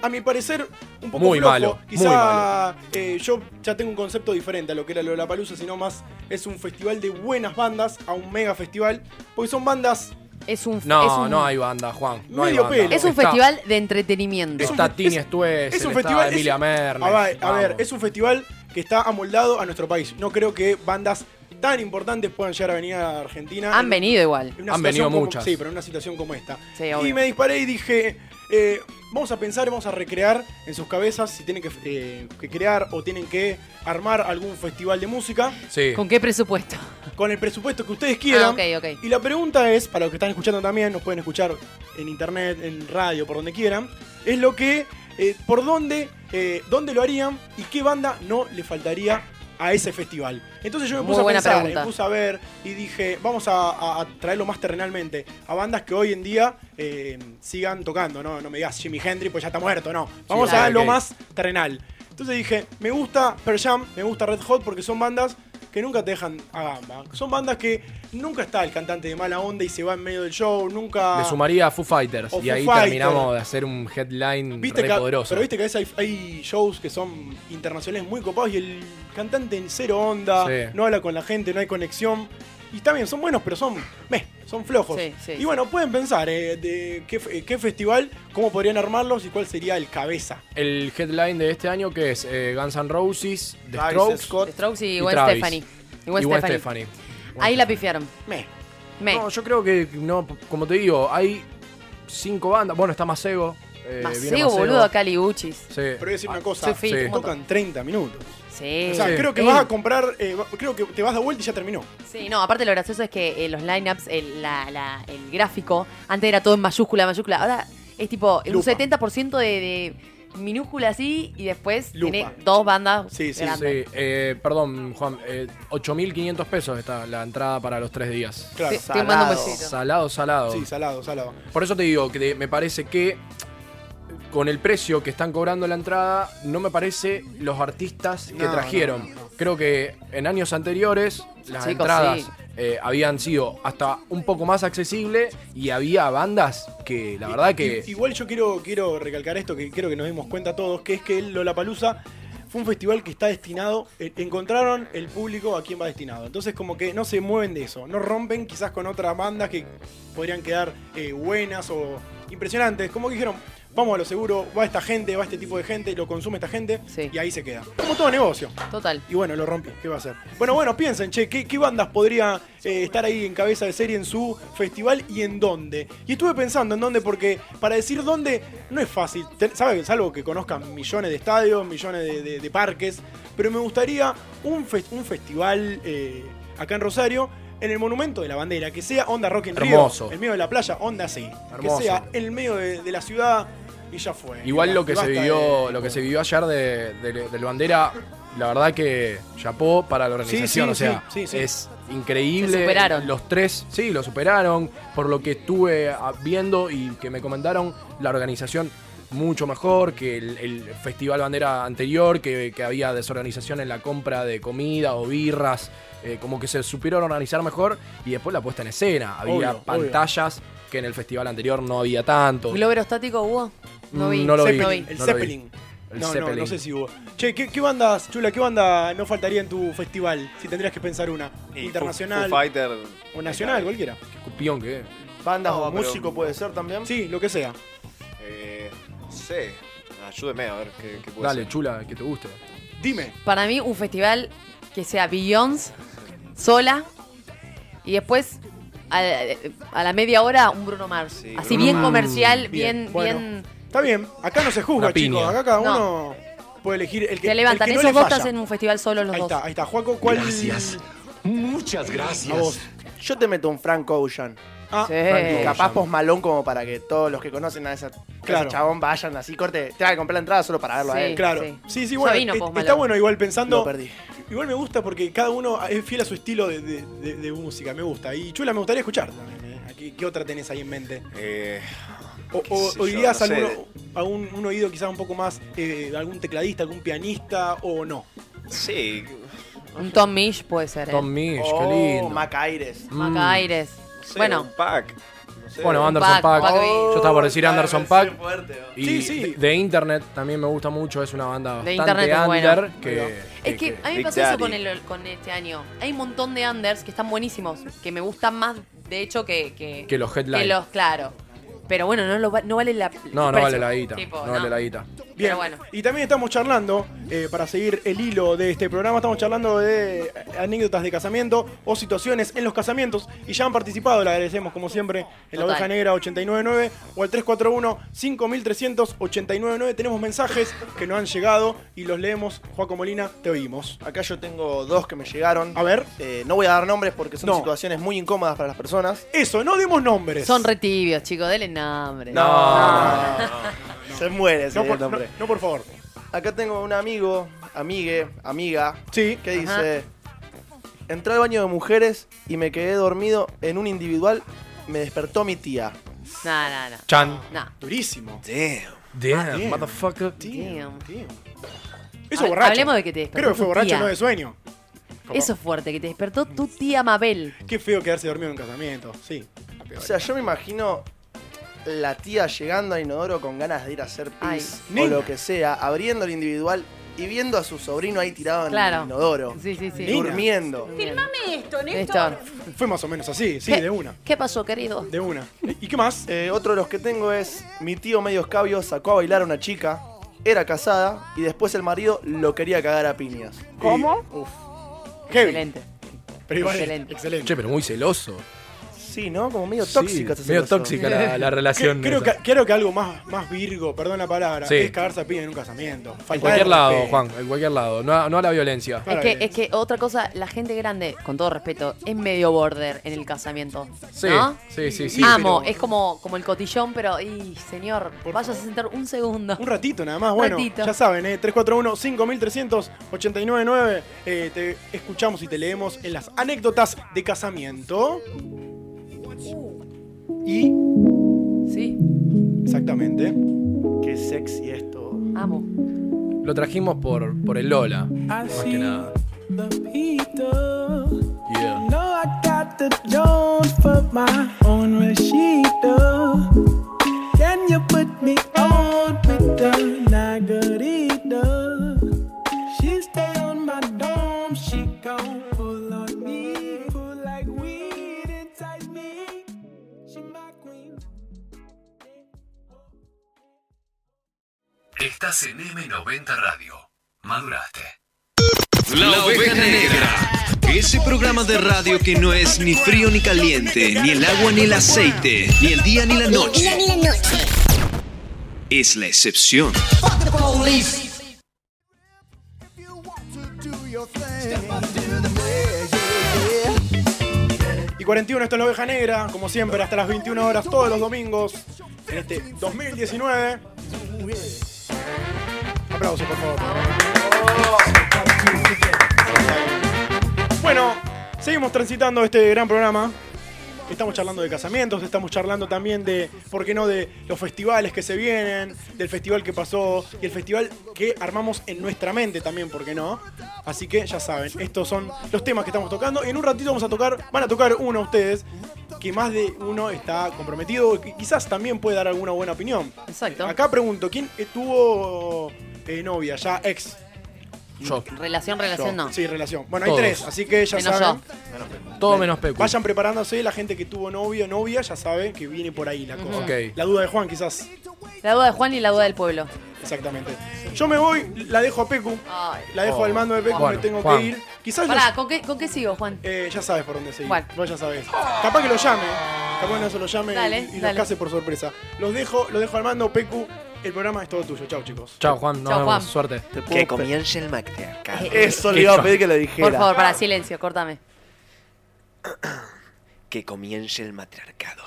a mi parecer, un poco Muy flojo. malo, muy Quizá malo. eh, yo ya tengo un concepto diferente a lo que era Lollapalooza, sino más es un festival de buenas bandas a un mega festival, porque son bandas... Es un, No, es un- no hay banda, Juan. No hay Medio banda. pelo. es un Está- festival de entretenimiento. Es un Está fe- Tini es- Stuessel, es un está festival- es- Emilia Mernes. a ver, a ver, Vamos. es un festival que está amoldado a nuestro país. No creo que bandas tan importantes puedan llegar a venir a Argentina. Han En- venido igual. en una Han situación venido como- muchas. Sí, pero en una situación como esta. Sí, obvio. Y me disparé y dije, eh, vamos a pensar, vamos a recrear en sus cabezas si tienen que, eh, que crear o tienen que armar algún festival de música Sí. ¿Con qué presupuesto? con el presupuesto que ustedes quieran. Ah, ok, ok. Y la pregunta es, para los que están escuchando también, nos pueden escuchar en internet, en radio, por donde quieran, es lo que, eh, por dónde, eh, dónde lo harían y qué banda no le faltaría a ese festival. Entonces yo me Muy puse a buena pensar, pregunta. me puse a ver y dije, vamos a, a- a traerlo más terrenalmente a bandas que hoy en día eh, sigan tocando, ¿no? No me digas Jimi Hendrix, pues ya está muerto, no. Vamos claro, a lo ok. más terrenal. Entonces dije, me gusta Pearl Jam, me gusta Red Hot porque son bandas que nunca te dejan a gamba. Son bandas que nunca está el cantante de mala onda y se va en medio del show, nunca... Le sumaría a Foo Fighters. O y Foo ahí Fighters. terminamos de hacer un headline Viste re que, poderoso. pero viste que a veces hay, hay shows que son internacionales muy copados y el cantante en cero onda, Sí. no habla con la gente, no hay conexión. Y está bien, son buenos, pero son meh, son flojos. Sí, sí, y bueno, pueden pensar eh, de qué, fe- qué festival, cómo podrían armarlos y cuál sería el cabeza. El headline de este año que es eh, Guns N' Roses, The Travis Strokes Scott. Strokes y, Y Gwen Travis. Stefani. Y y Gwen Gwen Stefani. Stefani. Ahí la pifiaron. Meh. Me. No, yo creo que, no, como te digo, hay cinco bandas. Bueno, está Macego. Eh, viene Maceo, boludo, acá Liguchis. Sí. Ah, Pero voy a decir una cosa, soy fit, sí. te tocan 30 minutos. Sí. O sea, Sí. creo que Sí. vas a comprar, eh, va- creo que te vas de vuelta y ya terminó. Sí, no, aparte lo gracioso es que eh, los lineups, el, la- la- el gráfico, antes era todo en mayúscula, mayúscula, ahora es tipo un Lupa. 70% de, de minúscula así y después Lupa. tiene dos bandas Sí, sí, grandes. Sí, eh, perdón, Juan, eh, 8.500 pesos está la entrada para los tres días. Claro. Te- te mando un Salado. besito. Salado, salado. Sí, salado, salado. Por eso te digo que te- me parece que con el precio que están cobrando la entrada, no me parece los artistas que No, trajeron. Creo que en años anteriores las Chicos, entradas sí. eh, habían sido hasta un poco más accesible y había bandas que la verdad que... I- Igual yo quiero, quiero recalcar esto que creo que nos dimos cuenta todos, que es que el Lollapalooza fue un festival que está destinado, eh, encontraron el público a quién va destinado. Entonces como que no se mueven de eso, no rompen quizás con otras bandas que podrían quedar eh, buenas o impresionantes. Como que dijeron, vamos a lo seguro, va esta gente, va este tipo de gente, lo consume esta gente Sí. y ahí se queda. Como todo negocio. Total. Y bueno, lo rompí, ¿qué va a hacer? Bueno, bueno, piensen, che, ¿qué, qué bandas podría eh, estar ahí en cabeza de serie en su festival y en dónde? Y estuve pensando en dónde, porque para decir dónde no es fácil, Te- ¿sabe? salvo que conozcan millones de estadios, millones de, de- de parques, pero me gustaría un, fes- un festival eh, acá en Rosario. En el monumento de la bandera, que sea onda rock en Río, Hermoso. en medio de la playa, onda así, Hermoso. que sea en el medio de, de la ciudad y ya fue. Igual Y lo que se basta de- vivió, lo que se vivió ayer de, de- del bandera, la verdad que chapó para la organización. Sí, sí, o sea, sí, sí, sí. es increíble. Se superaron. Los tres, sí, lo superaron. Por lo que estuve ah, viendo y que me comentaron, la organización mucho mejor que el, el festival bandera anterior, que, que había desorganización en la compra de comida o birras. eh, como que se supieron organizar mejor y después la puesta en escena. Había Obvio, obvio. pantallas que en el festival anterior no había tanto. ¿Un ¿Globero estático hubo? No Mm, vi. no lo vi. Zeppelin, el No lo vi. Zeppelin. El no, no, no Zeppelin. sé si hubo. Che, ¿qué, qué bandas, Chula, qué banda no faltaría en tu festival? Si tendrías que pensar una. Y Internacional Foo- Foo Fighter. o nacional, cualquiera. Qué cupión que es. Bandas No, o pero- músico puede ser también. Sí, lo que sea. Eh, no sé. Ayúdeme a ver qué, qué puede Dale, ser. chula, que te guste. Dime. Para mí, un festival que sea Beyoncé, sola, y después a, a la media hora un Bruno Mars. Sí, Así Bruno bien Mars. comercial, bien, bien. bueno. Está bien, acá no se juzga, Una piña. chicos. Acá cada No. uno puede elegir el que, Te levantan. el que no Esos le dos falla. estás en un festival solo los Ahí dos. está, ahí está. Juaco, ¿cuál? Gracias. Muchas A vos. Yo te meto un Frank Ocean. Ah, Sí. Y Eh, capaz post malón como para que todos los que conocen a, esa, a Claro. ese chabón vayan así, corte, tengan que comprar la entrada solo para verlo Sí. a él. Claro. Sí. Sí, sí, Ya bueno. vino eh, Post Malone. está bueno igual Lo pensando. perdí. Igual me gusta porque cada uno es fiel a su estilo de, de- de- de música. Me gusta. Y Chula, me gustaría escuchar también. eh. ¿A ¿Qué, ¿Qué otra tenés ahí en mente? Eh, O, qué o, sé o yo, irías no a, sé, alguno- a un, un oído quizás un poco más eh, de algún tecladista, algún pianista o no. Sí, Un Tom Misch puede ser. ¿eh? Tom Misch, Oh, qué lindo. Macaires. Mm. Macaires. no sé, bueno, un pack. No sé. Bueno, un Anderson Paak. Paak, Yo estaba por decir Anderson Paak. Y Sí, sí. de- De Internet también me gusta mucho. Es una banda De bastante Internet es under. bueno. Que, Es que a mí me Big pasó eso Daddy. con, el, con este año. Hay un montón de unders que están buenísimos, que me gustan más, de hecho, que, que, Que los headline. que los, claro. Pero bueno, no, lo va- no vale la. No, no precio. vale la guita. Tipo, no, vale la guita. Bien, Pero bueno. y también estamos charlando, eh, para seguir el hilo de este programa, estamos charlando de eh, anécdotas de casamiento o situaciones en los casamientos y ya han participado, le agradecemos como siempre en la Total. oveja negra 899 o al 341 5389 Tenemos mensajes que nos han llegado y los leemos. Juaco Molina, te oímos. Acá yo tengo dos que me llegaron. A ver, Eh, no voy a dar nombres porque son No. situaciones muy incómodas para las personas. eso, no demos nombres. Son retibios, chicos, denle nombre. Se muere si No, digo el por, nombre. no, no, por favor. Acá tengo un amigo, amigue, amiga, Sí, que dice: Entré al baño de mujeres y me quedé dormido en un individual. Me despertó mi tía. No, no, no. Chan. No. durísimo. Damn. Ah, Damn, motherfucker. Damn. Eso Hable- borracho. hablemos de que te despertó Creo que fue tu borracho, tía. no de sueño. Eso es fuerte, que te despertó tu tía Mabel. Qué feo quedarse dormido en un casamiento. Sí. la O peor. sea, yo me imagino la tía llegando a Inodoro con ganas de ir a hacer Ay. pis o Nena. lo que sea, abriendo el individual y viendo a su sobrino ahí tirado en Claro. el inodoro, Sí, sí, sí. Nena. durmiendo. Néstor. Fue más o menos así, sí, ¿Qué- de una. ¿Qué pasó, querido? De una. ¿Y qué más? Eh, otro de los que tengo es mi tío medio escabio sacó a bailar a una chica, era casada y después el marido lo quería cagar a piñas. ¿Cómo? Heavy. Excelente. Pero igual, Excelente. excelente. Che, pero muy celoso. Sí, ¿no? Como medio Sí, tóxica. esta medio situación. tóxica la, la relación. Creo esa. que, creo que algo más, más virgo, perdón la palabra, Sí. es cagarse a piña en un casamiento. Falta En cualquier de lado, respeto. Juan, en cualquier lado. No a, no a la violencia. Para Es que, bien. es que otra cosa, la gente grande, con todo respeto, es medio border en el casamiento. Sí, ¿no? sí, sí, sí. Amo, pero- es como, como el cotillón, pero, y señor, Por vayas a favor. sentar un segundo. Un ratito nada más, bueno, Ratito. ya saben, eh, 341-5300-899, eh, te escuchamos y te leemos en las anécdotas de casamiento. Uh. Y, Sí, exactamente, Qué sexy esto. amo. Lo trajimos por, por el Lola. Ah, Más que nada. Yeah. No, I got the Jones for my own Rashida. Can you put me on with the Nagarita? She stay on my dome, she gon' pull on me. Pull like weed, entice me. She my queen. Estás en M90 Radio. Maduraste. La Oveja Negra. Ese programa de radio que no es ni frío ni caliente, ni el agua ni el aceite, ni el día ni la noche. Es la excepción. y 41, esto es la oveja negra, como siempre, hasta las 21 horas todos los domingos, en este 2019. Aplausos, por favor. Bueno, seguimos transitando este gran programa. Estamos charlando de casamientos, estamos charlando también de, ¿por qué no?, de los festivales que se vienen, del festival que pasó y el festival que armamos en nuestra mente también, ¿por qué no? Así que ya saben, estos son los temas que estamos tocando. Y en un ratito vamos a tocar, van a tocar uno ustedes, que más de uno está comprometido, que quizás también puede dar alguna buena opinión. Exacto. Acá pregunto, ¿quién tuvo eh, novia, ya ex? Yo. Relación, relación, Yo. no. Sí, relación. Bueno, Todos. hay tres, así que ya Menos saben. yo. Todo menos Pecu. Vayan preparándose, la gente que tuvo novio o novia ya sabe que viene por ahí la cosa. Ok. La duda de Juan, quizás. La duda de Juan y la duda del pueblo. Exactamente. Yo me voy, la dejo a Pecu. Ay. La dejo Oh. al mando de Pecu, Bueno, me tengo Juan. que ir. Quizás los- Pará, ¿con qué, ¿con qué sigo, Juan? eh, ya sabes por dónde seguir. Bueno. Vos ya sabes. Capaz que lo llame. Capaz que no se lo llame y- Dale, y dale. lo case por sorpresa. Los dejo, los dejo al mando, Pecu. El programa es todo tuyo. Chao, chicos. Chao, Juan. Nos Chao, vemos. Juan. Suerte. Te puedo Que pe- comience el matriarcado. Eso le iba a pedir que lo dijera. Por favor, Ah. para silencio, cortame. Que comience el matriarcado.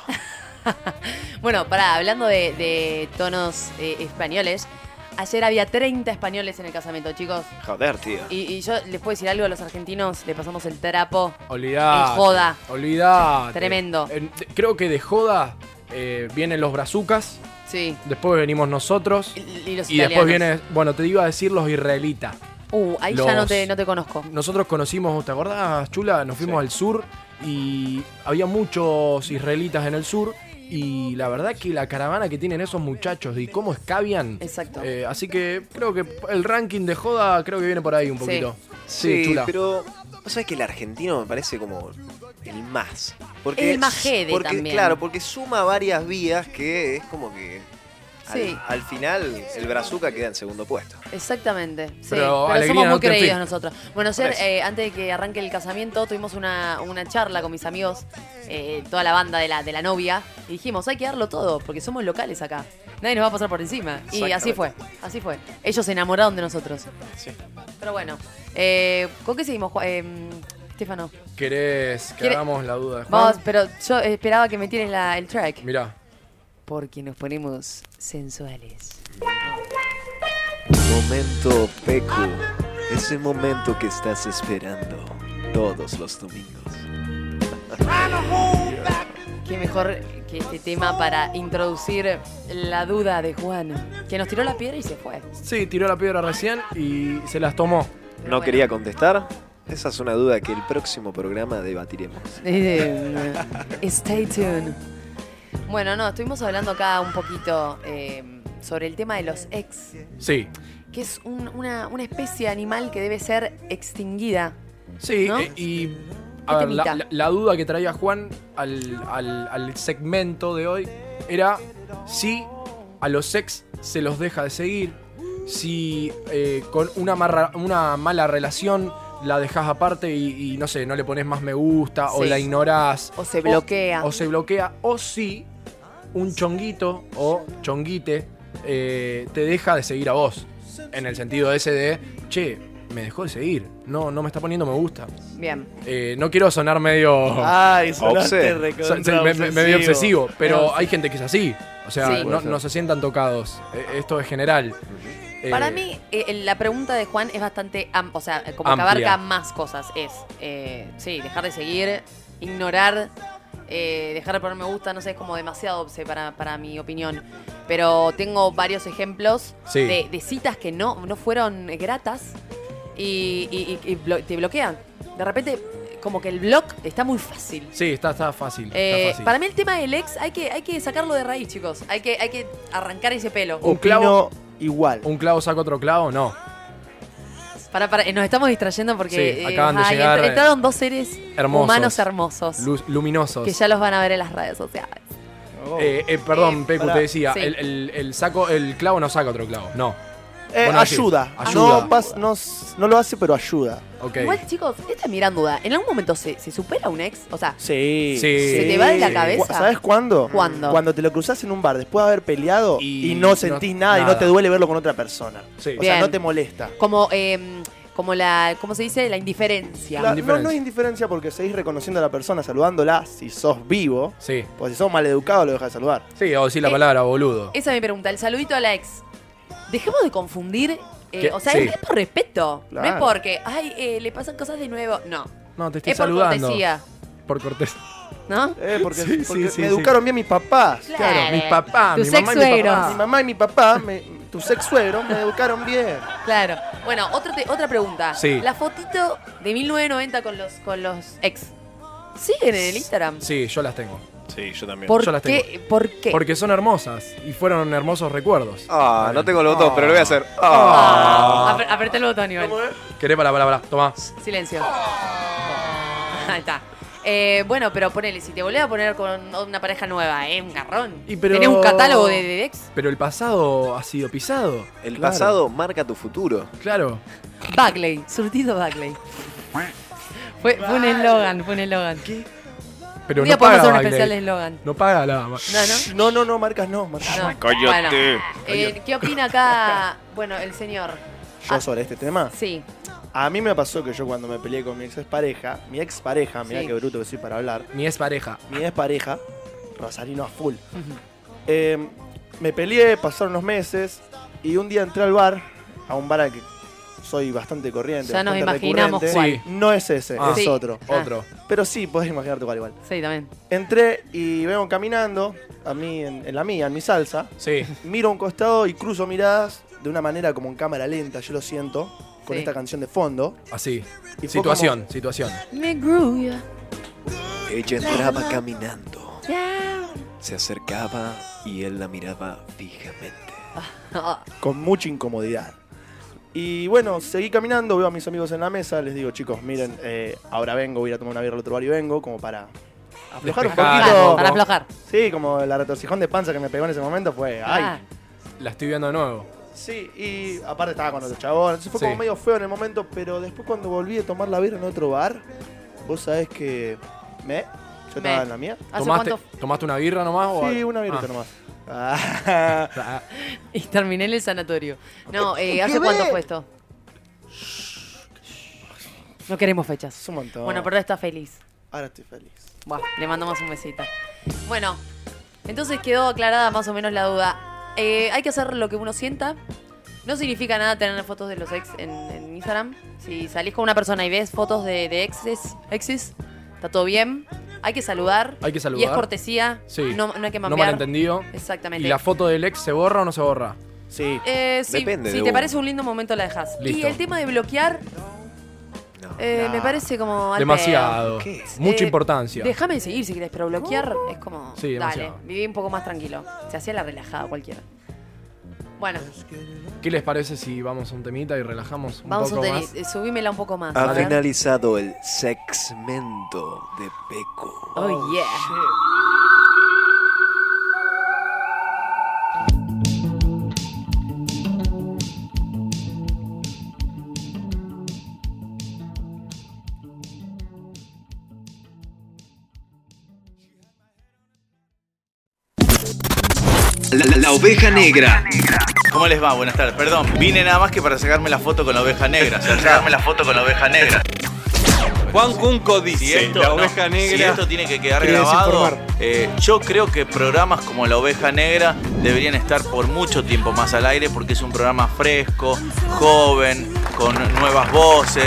Bueno, pará, hablando de, de tonos eh, españoles, ayer había 30 españoles en el casamiento, chicos. Joder, tío. Y, y yo les puedo decir algo a los argentinos, le pasamos el trapo. Olvidate. En joda. Olvidate. Tremendo. En- de- creo que de joda eh, vienen los brazucas. Sí. Después venimos nosotros. Y, y los Y después italianos. viene, bueno, te iba a decir los israelitas. Uh, ahí los- ya no te, no te conozco. Nosotros conocimos, ¿te acordás, Chula? Nos fuimos al sur y había muchos israelitas en el sur. Y la verdad que la caravana que tienen esos muchachos y cómo escabian. Exacto. Eh, así que creo que el ranking de joda creo que viene por ahí un Sí. poquito. Sí, Chula. pero vos sabés que el argentino me parece como el más. Porque, El más jede porque, también. Claro, porque suma varias vías que es como que Al- Sí. Al, final, el Brazuca queda en segundo puesto. Exactamente. Sí, Pero pero, alegría somos no muy te creídos aflige. nosotros. Bueno, ayer, Por eso. eh, antes de que arranque el casamiento, tuvimos una, una charla con mis amigos, eh, toda la banda de la, de la novia, y dijimos, hay que darlo todo, porque somos locales acá. Nadie nos va a pasar por encima. Y así Exactamente. fue, así fue. Ellos se enamoraron de nosotros. Sí. Pero bueno, eh, ¿con qué seguimos, Ju- eh, Estefano? ¿Querés que ¿Quiere- hagamos la duda de Juan? Vamos, pero yo esperaba que me tires la- el track. Mirá. Porque nos ponemos sensuales. Momento Pecu. Ese momento que estás esperando todos los domingos. Qué mejor que este tema para introducir la duda de Juan, que nos tiró la piedra y se fue. Sí, tiró la piedra recién y se las tomó. ¿No quería contestar? Esa es una duda que el próximo programa debatiremos. Eh, Stay tuned. Bueno, no, estuvimos hablando acá un poquito eh, sobre el tema de los ex, Sí. que es un- una, una especie de animal que debe ser extinguida. Sí, ¿no? eh, y a ¿Qué ver, la, temita? la- la duda que traía Juan al, al- al segmento de hoy era si a los ex se los deja de seguir, si eh, con una, marra- una mala relación la dejas aparte y, y no sé, no le pones más me gusta o Sí. la ignorás. O se bloquea. O, se bloquea. O si un chonguito o chonguite eh, te deja de seguir a vos. En el sentido ese de, che, me dejó de seguir. No, no me está poniendo me gusta. Bien. Eh, no quiero sonar medio. Ay, sonaste obse- recontra so- sí, me- me- obsesivo. Ah, medio obsesivo, pero Pero- hay gente que es así. O sea, Sí. no, Puede ser. no se sientan tocados. Eh, esto es general. Eh, Para mí, eh, la pregunta de Juan es bastante am- o sea, como Amplia. que abarca más cosas. Es, eh, sí, dejar de seguir, ignorar, eh, dejar de poner me gusta, no sé, es como demasiado obse para, para mi opinión. Pero tengo varios ejemplos Sí. de, de citas que no, no fueron gratas y, y- y- y blo- te bloquean. De repente, como que el blog está muy fácil. Sí, está, está fácil. está Eh, fácil. para mí el tema del ex hay que, hay que sacarlo de raíz, chicos. Hay que, hay que arrancar ese pelo. un clavo igual. ¿Un clavo saca otro clavo? No. Para, para, eh, nos estamos distrayendo porque Sí, acaban de ay, llegar, entr- eh, entraron dos seres hermosos. humanos hermosos Lu- luminosos. que ya los van a ver en las redes sociales. Oh. Oh. Eh, eh, perdón, Pecu, pará. te decía, Sí. el, el- el saco, el clavo no saca otro clavo. No. Eh, Vos no decís, ayuda. Ayuda. No, pas- no s- no lo hace, pero ayuda. Ok. Igual, chicos, esta es mi gran duda. ¿En algún momento se, se supera un ex? O sea, Sí. Sí. ¿Se te va de la cabeza? Cu- ¿Sabes cuándo? ¿Cuándo? Cuando te lo cruzas en un bar después de haber peleado y, no sentís nada, y nada. no te duele verlo con otra persona. O sea, Bien. no te molesta. como, eh, como la, ¿cómo se dice? La indiferencia. La- no, no es indiferencia porque seguís reconociendo a la persona, saludándola si sos vivo. Sí. Porque si sos maleducado, lo dejas de saludar. Sí, o decir la Eh, palabra, boludo. Esa es mi pregunta. El saludito a la ex. Dejemos de confundir. eh, Que- o sea, sí. es, es por respeto. No es Claro. porque, ay, eh, le pasan cosas de nuevo. No. No, te estoy es saludando. por cortesía, Por cortés. ¿no? Eh, porque Sí, porque sí, sí, me sí. educaron bien mis papás. Claro, Claro. mi papá, eh, Tu mi mamá y mi mi sex-suegro. papá. papá. Mi mamá y mi papá, me- tu sex suegro, me educaron bien. Claro. Bueno, otra, te- otra pregunta. Sí. La fotito de 1990 con los, con los ex. ¿Siguen en el Instagram? Sí, yo las tengo. Sí, yo también. ¿Por yo las qué? tengo. ¿Por qué? Porque son hermosas y fueron hermosos recuerdos. Ah, no tengo los dos, pero lo voy a hacer. Ah, apre- apreté el botón, Iván. Querés para, para, para. Tomá. Silencio. Ahí está. Eh, bueno, pero ponele, si te volvés a poner con una pareja nueva, es un garrón. Y pero- ¿Tenés un catálogo de, de ex? Pero el pasado ha sido pisado. El Claro. pasado marca tu futuro. Claro. Buckley, surtido Buckley. Fue, fue un eslogan, fue un eslogan. Pero Un día podemos no paga hacer un Bagley. especial de eslogan. No paga la. No, No, no. No, no, no, marcas no. Marcas No. no. Bueno, eh, ¿Qué opina acá, bueno, el señor? Yo sobre este tema. Sí. A mí me pasó que yo cuando me peleé con mi ex pareja, mi ex pareja, mira Sí. qué bruto que soy para hablar, Mi es pareja. mi ex pareja, Rosalino a full. Eh, me peleé, pasaron unos meses y un día entré al bar, a un bar al que soy bastante corriente. Ya nos bastante imaginamos recurrente. No es ese, Ah. es Sí. otro. Ah. Otro. Pero sí, podés imaginarte cuál igual. Sí, también. Entré y vengo caminando, a mí en, en la mía, en mi salsa. Sí. Miro a un costado y cruzo miradas de una manera como en cámara lenta, yo lo siento, con Sí. esta canción de fondo. Así. Y fue Situación, situación. Me grew Ella entraba caminando. Se acercaba y él la miraba fijamente. Ah. con mucha incomodidad. Y bueno, seguí caminando, veo a mis amigos en la mesa, les digo, chicos, miren, eh, ahora vengo, voy a ir a tomar una birra al otro bar y vengo, como para aflojar un Despejar. poquito. Para aflojar. Ah. Sí, como la retorcijón de panza que me pegó en ese momento fue, ay, la estoy viendo de nuevo. Sí, y aparte estaba con otro chabón. Entonces fue Sí. como medio feo en el momento, pero después cuando volví a tomar la birra en otro bar, vos sabés que me... Yo Me. estaba en la mía. ¿Hace ¿Tomaste, cuánto? ¿Tomaste una birra nomás? o- Sí, una birrita Ah. nomás. Ah, Ah, Y terminé en el sanatorio. No, eh, ¿hace ¿Qué cuánto ve? fue esto? No queremos fechas. es un montón. Bueno, pero está feliz. Ahora estoy feliz. Buah, le mandamos un besito. Bueno, entonces quedó aclarada más o menos la duda. Eh, hay que hacer lo que uno sienta. No significa nada tener fotos de los ex en, en Instagram. Si salís con una persona y ves fotos de, de exes, exes, está todo bien. Hay que saludar. Hay que Y es saludar. cortesía. Sí. No, no hay que no mamear. malentendido. ¿Y Exactamente. la foto del ex se borra o no se borra? Sí. Eh, sí, Depende si de te uno. parece un lindo momento la dejas. Y Listo. el tema de bloquear No. eh, me parece como al pedo. Demasiado. ¿Qué? Mucha Eh, importancia. Uh. Déjame de seguir si querés, pero bloquear es como Sí, dale, demasiado. viví un poco más tranquilo. Se hacía la relajada cualquiera. Bueno, ¿Qué les parece si vamos a un temita y relajamos un vamos a poco un tenis. más? Eh, Subímela un poco más. Ha a ver. finalizado el segmento de Peco. Oh yeah. La, la- la oveja negra. ¿Cómo les va? Buenas tardes. Perdón, vine nada más que para sacarme la foto con la oveja negra. O sea, sacarme la foto con la oveja negra. Juan Cunco dice, la oveja negra. Si esto tiene que quedar Quería grabado, desinformar. eh, yo creo que programas como La Oveja Negra deberían estar por mucho tiempo más al aire porque es un programa fresco, joven, con nuevas voces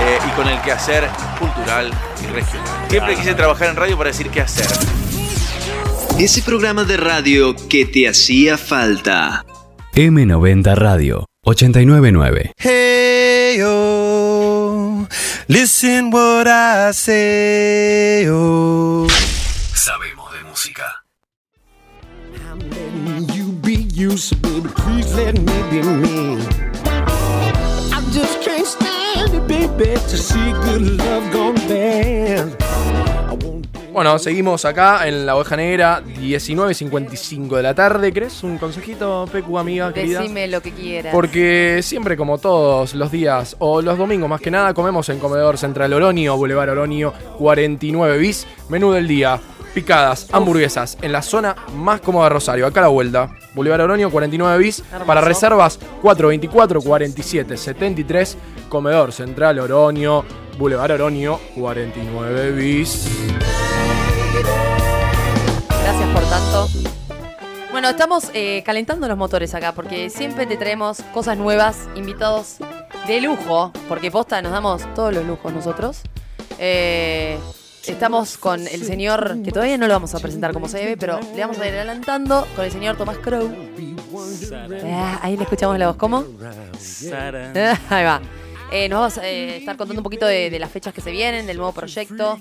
eh, y con el quehacer cultural y regional. Siempre quise trabajar en radio para decir qué hacer. Ese programa de radio que te hacía falta. M90 Radio 899. Hey, listen what I say, Sabemos de música. Bueno, seguimos acá en La Oveja Negra, 19.55 de la tarde. ¿Querés un consejito, Pecu, amiga, querida? Decime lo que quieras. Porque siempre, como todos los días, o los domingos más que nada, comemos en Comedor Central Oronio, Boulevard Oronio 49 bis. Menú del día, picadas, hamburguesas, en la zona más cómoda de Rosario, acá a la vuelta. Boulevard Oronio 49 bis. Hermoso. Para reservas, 424 47 73. Comedor Central Oronio, Boulevard Oronio 49 bis. Gracias por tanto. Bueno, estamos eh, calentando los motores acá porque siempre te traemos cosas nuevas, invitados de lujo, porque posta nos damos todos los lujos nosotros. Eh, estamos con el señor, que todavía no lo vamos a presentar como se debe, pero le vamos a ir adelantando con el señor Tomás Crow. Ah, ahí le escuchamos la voz, ¿cómo? Ah, Ahí va. Eh, nos vas a eh, estar contando un poquito de, de las fechas que se vienen, del nuevo proyecto.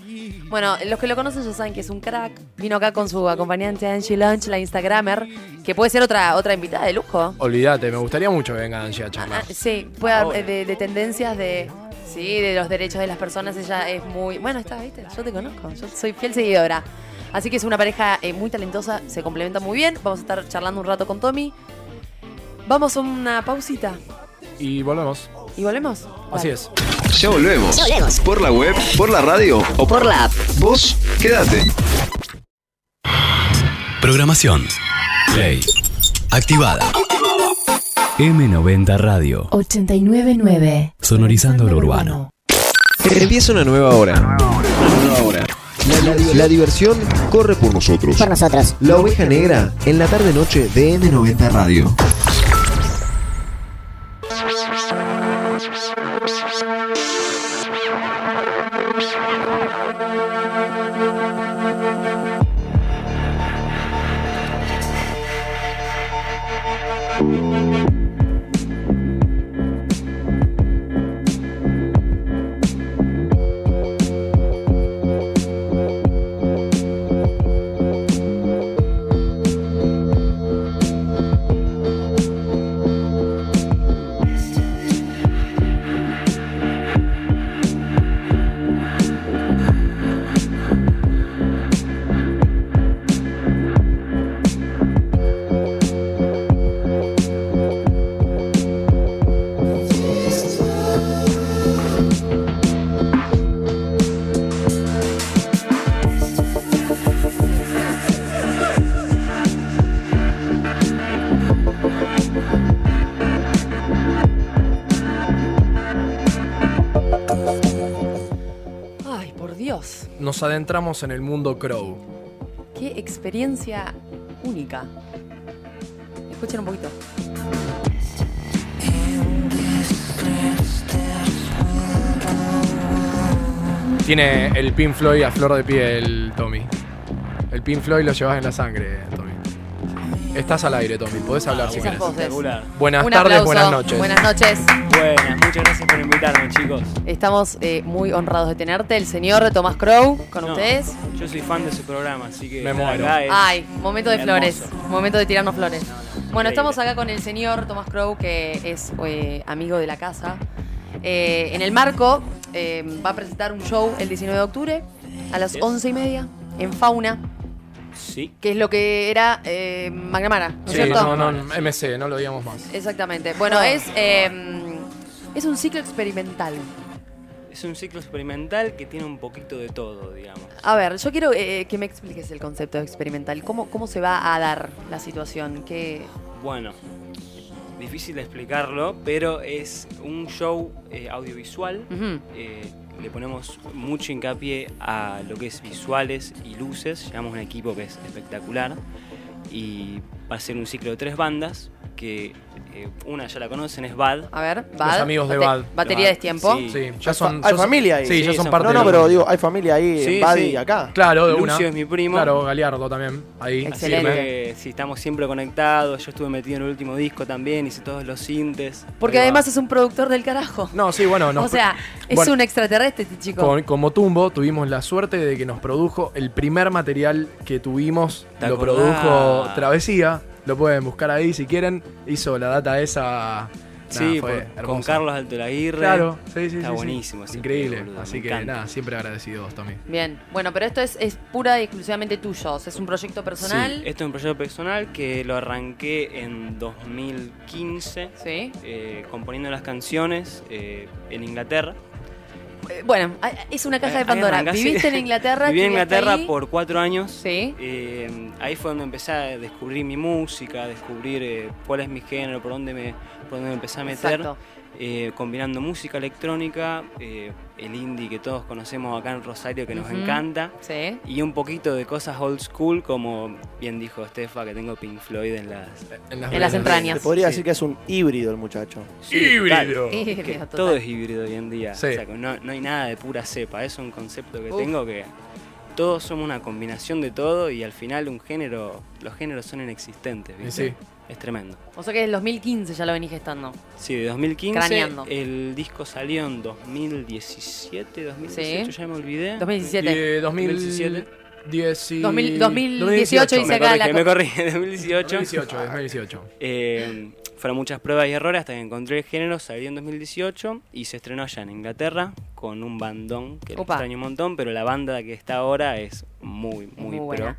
Bueno, los que lo conocen ya saben que es un crack. Vino acá con su acompañante Angie Lunch, la Instagramer, que puede ser otra, otra invitada de lujo. Olvídate, me gustaría mucho que vengan allí a Ah, charlar. ah, sí, puede hab- eh, de, de tendencias de. Sí, de los derechos de las personas. Ella es muy. Bueno, está, viste, yo te conozco. Yo soy fiel seguidora. Así que es una pareja eh, muy talentosa, se complementa muy bien. Vamos a estar charlando un rato con Tommy. Vamos a una pausita Y volvemos. y volvemos. Así ah. Dale. es. Ya volvemos. Por la web, por la radio o por la app. Vos, quédate. Programación. Play. Activada. M90 Radio. 899. Sonorizando lo urbano. Empieza una nueva hora. Una nueva hora. La, la- la diversión corre por nosotros. Por nosotros. La oveja negra en la tarde-noche de M90 Radio. nos adentramos en el mundo Crow. Qué experiencia única. Escuchen un poquito. Tiene el Pin Floyd a flor de piel, Tommy. El Pin Floyd lo llevas en la sangre, Tommy. Estás al aire, Tommy. Podés hablar Ah, si Esas querés. voces. Buenas Un tardes, aplauso. buenas noches. Buenas noches. Buenas, muchas gracias por invitarme, chicos. Estamos eh, muy honrados de tenerte, el señor Tomás Crow, con No, ustedes. Yo soy fan de su programa, así que. Me la muero. verdad es Ay, momento de hermoso. flores. Momento de tirarnos flores. Bueno, increíble. estamos acá con el señor Tomás Crow, que es eh, amigo de la casa. Eh, en el marco eh, va a presentar un show el 19 de octubre a las Yes. 11 y media en Fauna, Sí. que es lo que era eh, Magnamara, ¿no es Sí, cierto? no, no, MC, no lo digamos más. Exactamente. Bueno, es, eh, es un ciclo experimental. Es un ciclo experimental que tiene un poquito de todo, digamos. A ver, yo quiero eh, que me expliques el concepto de experimental. ¿Cómo, ¿Cómo se va a dar la situación? ¿Qué, Bueno, difícil de explicarlo, pero es un show eh, audiovisual. Ujú. Eh, le ponemos mucho hincapié a lo que es visuales y luces. Llevamos un equipo que es espectacular. Y va a ser un ciclo de tres bandas, que eh, una ya la conocen, es Bad. A ver, Bad. Los amigos de Bad. Batería de tiempo. Sí. Sí, ya son. Hay ya son- familia ahí. Sí, ya Sí, son son parte No, no, de- pero digo, hay familia ahí Sí, en Buddy sí. y acá. Claro, de una. Lucio es mi primo. Claro, Galeardo también. Ahí. Así Excelente. que sí, estamos siempre conectados. Yo estuve metido en el último disco también, hice todos los sintes. Porque además es un productor del carajo. No, sí, bueno, no. o sea, es bueno. un extraterrestre este chico. Con, con Motumbo tuvimos la suerte de que nos produjo el primer material que tuvimos. ¿Te Lo acordás? produjo Travesía. Lo pueden buscar ahí si quieren. Hizo la data esa. Nah, Sí, fue por- con hermoso. Carlos Alto Laguirre. Claro, sí, sí, sí, Está sí. buenísimo. ese Increíble. pibe, boludo, Así me que encanta. nada, Ah, siempre agradecidos también. Bien, bueno, pero esto es, es pura y exclusivamente tuyo. O sea, es un proyecto Sí, personal. esto es un proyecto personal que lo arranqué en 2015, Sí. eh, componiendo las canciones eh, en Inglaterra. Eh, Bueno, a- es una caja Ahí- de Pandora. ahí arrancás, Eh, sí. Viviste en Inglaterra. Viví en estuviste Inglaterra ahí. por cuatro años. Sí. Eh, ahí fue donde empecé a descubrir mi música, a descubrir eh, cuál es mi género, por dónde me, por dónde me empecé a meter. Exacto. eh, combinando música electrónica, eh, el indie que todos conocemos acá en Rosario que nos Ujú. encanta, Sí. y un poquito de cosas old school, como bien dijo Estefa, que tengo Pink Floyd en las... En las entrañas. Se podría Sí. decir que es un híbrido el muchacho. Híbrido. total. Híbrido, Que total. todo es híbrido hoy en día, Sí. o sea, que no, no hay nada de pura cepa, es un concepto que Uf. tengo que... Todos somos una combinación de todo y al final un género, los géneros son inexistentes, ¿viste? Sí. Es tremendo. O sea que desde 2015 ya lo venís gestando. Sí, de 2015. Craneando. El disco salió en 2017, 2018, Sí. ya me olvidé. 2017. Eh, 2017. 2017. 2018 dice Me acá corrí, la me co- corrí, 2018. 2018, 2018. Eh, fueron muchas pruebas y errores hasta que encontré el género, salió en 2018 y se estrenó allá en Inglaterra con un bandón que lo Opa. extraño un montón, pero la banda que está ahora es muy, muy, Muy pro. buena.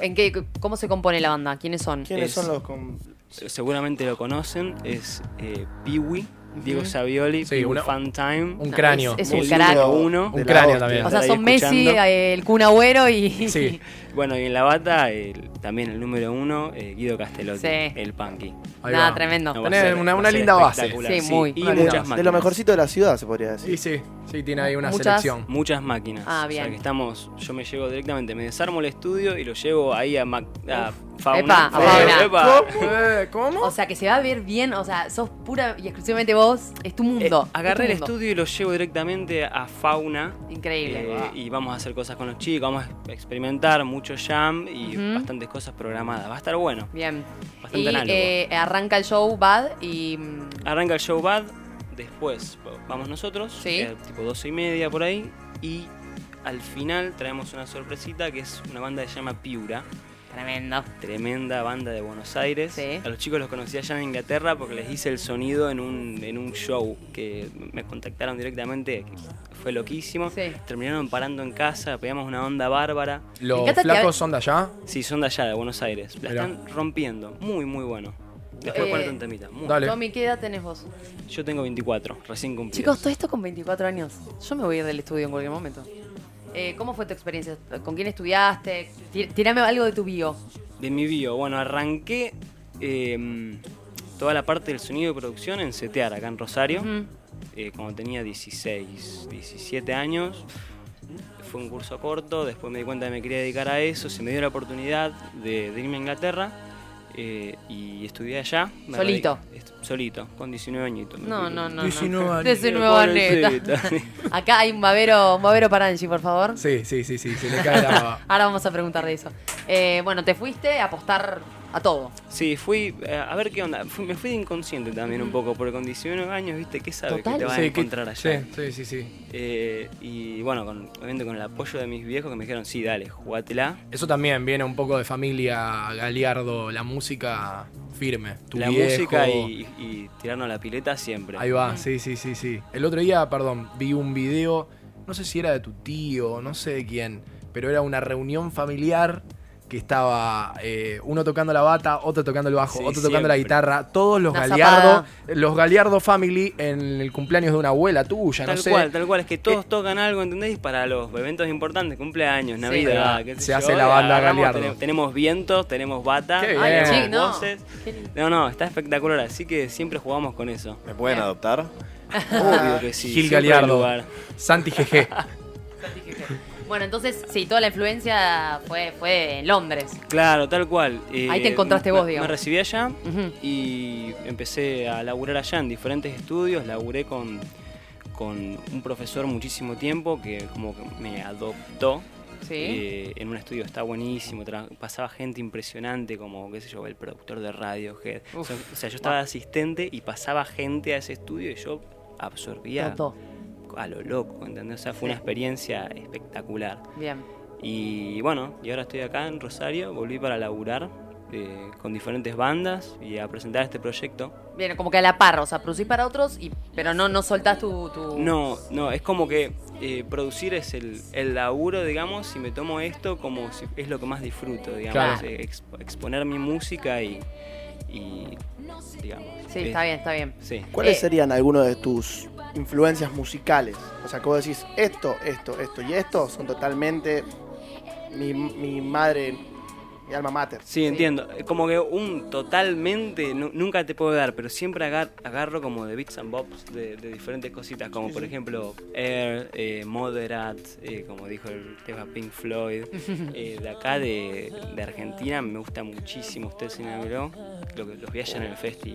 ¿En qué, ¿Cómo se compone la banda? ¿Quiénes son? ¿Quiénes Es- son los con... Seguramente lo conocen, es eh, Peewee, Diego Ujú. Savioli, Sí, Peewee una- Fan Time. Un cráneo. Es un Muy cráneo. lindo uno. Un de la cráneo hostia. también. O sea, Estar ahí son Messi, escuchando. eh, el Kun Agüero y. Sí. Bueno, y en la bata, el- también el número uno, eh, Guido Castellotti, Sí. el punky. Ahí Nada, va. tremendo. No, va a Tenés ser- una- va a una ser linda base. espectacular, Sí, muy. Y Una linda muchas base. máquinas. De lo mejorcito de la ciudad, se podría Sí, decir. sí. Sí, tiene ahí una Muchas- selección. Muchas máquinas. Ah, O sea, bien. que estamos, yo me llevo directamente, me desarmo el estudio y lo llevo ahí a, Mac, a Epa, Fauna. a Fauna. Eh, ¿Cómo? O sea, que se va a ver bien, o sea, sos pura y exclusivamente vos, es tu Eh, mundo. agarré es el tu mundo. estudio y lo llevo directamente a Fauna. Increíble. eh, y vamos a hacer cosas con los chicos, vamos a experimentar mucho jam y Ujú. bastantes cosas programadas. Va a estar bueno, Bien. bastante Y análogo. eh, arranca el show Bad y. mm, Arranca el show Bad, después vamos nosotros, Sí. eh, tipo 12 y media por ahí, y al final traemos una sorpresita que es una banda que se llama Piura, Tremendo. tremenda banda de Buenos Aires. Sí. A los chicos los conocí allá en Inglaterra porque les hice el sonido en un, en un show que me contactaron directamente, que fue loquísimo. Sí. Terminaron parando en casa, pegamos una onda bárbara. Me Los encanta que flacos hab- son de allá. Sí, son de allá, de Buenos Aires. La Mirá. están rompiendo, muy, muy bueno. Después Eh, ponete un temita. Muy- Dale. Tommy, ¿qué edad tenés vos? Yo tengo 24, recién cumplidos. Chicos, todo esto con 24 años. Yo me voy a ir del estudio en cualquier momento. Eh, ¿Cómo fue tu experiencia? ¿Con quién estudiaste? Tir- Tirame algo de tu bio. De mi bio, bueno, arranqué eh, toda la parte del sonido de producción en Setear, acá en Rosario, Ujú. eh, cuando tenía 16, 17 años. Fue un curso corto, después me di cuenta que me quería dedicar a eso, se me dio la oportunidad de, de irme a Inglaterra eh, y estudié allá. Me Solito. radiqué- est- solito, con 19 añitos. me No, fui. no, no. no. 19 Pobrecita. neta. Acá hay un babero, un babero Parangi, por favor. Sí, sí, sí, sí, se le cae la baba. Ahora vamos a preguntar de eso. Eh, bueno, te fuiste a apostar a todo. Sí, fui eh, a ver qué onda. Fui- me fui de inconsciente también un poco, porque con 19 años, ¿viste? ¿Qué sabes que Total. te vas Sí, a que- encontrar allá? sí, sí, sí, sí. Eh, y bueno, con, obviamente con el apoyo de mis viejos que me dijeron, sí, dale, jugátela. Eso también viene un poco de familia Galeardo, la música firme. Tu la viejo. música y, y tirarnos a la pileta siempre. Ahí va, sí, sí, sí, sí. El otro día, perdón, vi un video, no sé si era de tu tío, no sé de quién, pero era una reunión familiar que estaba eh, uno tocando la bata, otro tocando el bajo, Sí, otro tocando la siempre. guitarra, todos los Una Galeardo, zapada. los Galeardo Family en el cumpleaños de una abuela tuya, Tal no sé. Eh, cual, tal cual, es que todos tocan algo, ¿entendéis? Para los eventos importantes, cumpleaños, Navidad, qué sé Se yo, hace la banda agarramos, Galeardo. Tenemos, tenemos vientos, tenemos bata, Qué tenemos bien. Sí, no. voces. No, no, está espectacular, así que siempre jugamos con eso. ¿Me pueden adoptar? Obvio que sí. Gil siempre hay Galeardo, lugar. Santi GG. Bueno, entonces, sí, toda la influencia fue, fue en Londres. Claro, tal cual. Eh, Ahí te encontraste me- vos, digamos. Me recibí allá y empecé a laburar allá en diferentes estudios. Laburé con, con un profesor muchísimo tiempo que como que me adoptó. Sí. Eh, en un estudio está buenísimo, tra- pasaba gente impresionante como, qué sé yo, el productor de Radiohead. O sea, o sea, yo estaba de asistente y pasaba gente a ese estudio y yo absorbía Todo. a lo loco, ¿entendés? O sea, fue una Sí. experiencia espectacular. Bien. Y bueno, y ahora estoy acá en Rosario, volví para laburar eh, con diferentes bandas y a presentar este proyecto. Bien, como que a la par, o sea, producís para otros, y, pero no, no soltás tu, tu- No, no, es como que eh, producir es el, el laburo, digamos, y me tomo esto como si es lo que más disfruto, digamos, Claro. eh, exp- exponer mi música y, y, digamos. Sí, es- está bien, está bien. Sí. ¿Cuáles Eh, serían algunas de tus influencias musicales? O sea, que vos decís esto, esto, esto y esto son totalmente mi, mi madre, mi alma mater. Sí, entiendo. Eh, Como que un totalmente, nu- nunca te puedo dar, pero siempre agar- agarro como de bits and bobs de, de diferentes cositas, como Sí, por sí. ejemplo Air, eh, Moderate, eh, como dijo el tema Pink Floyd. Eh, de acá de, de Argentina me gusta muchísimo usted sin habló. Lo que los vi ayer en el festi.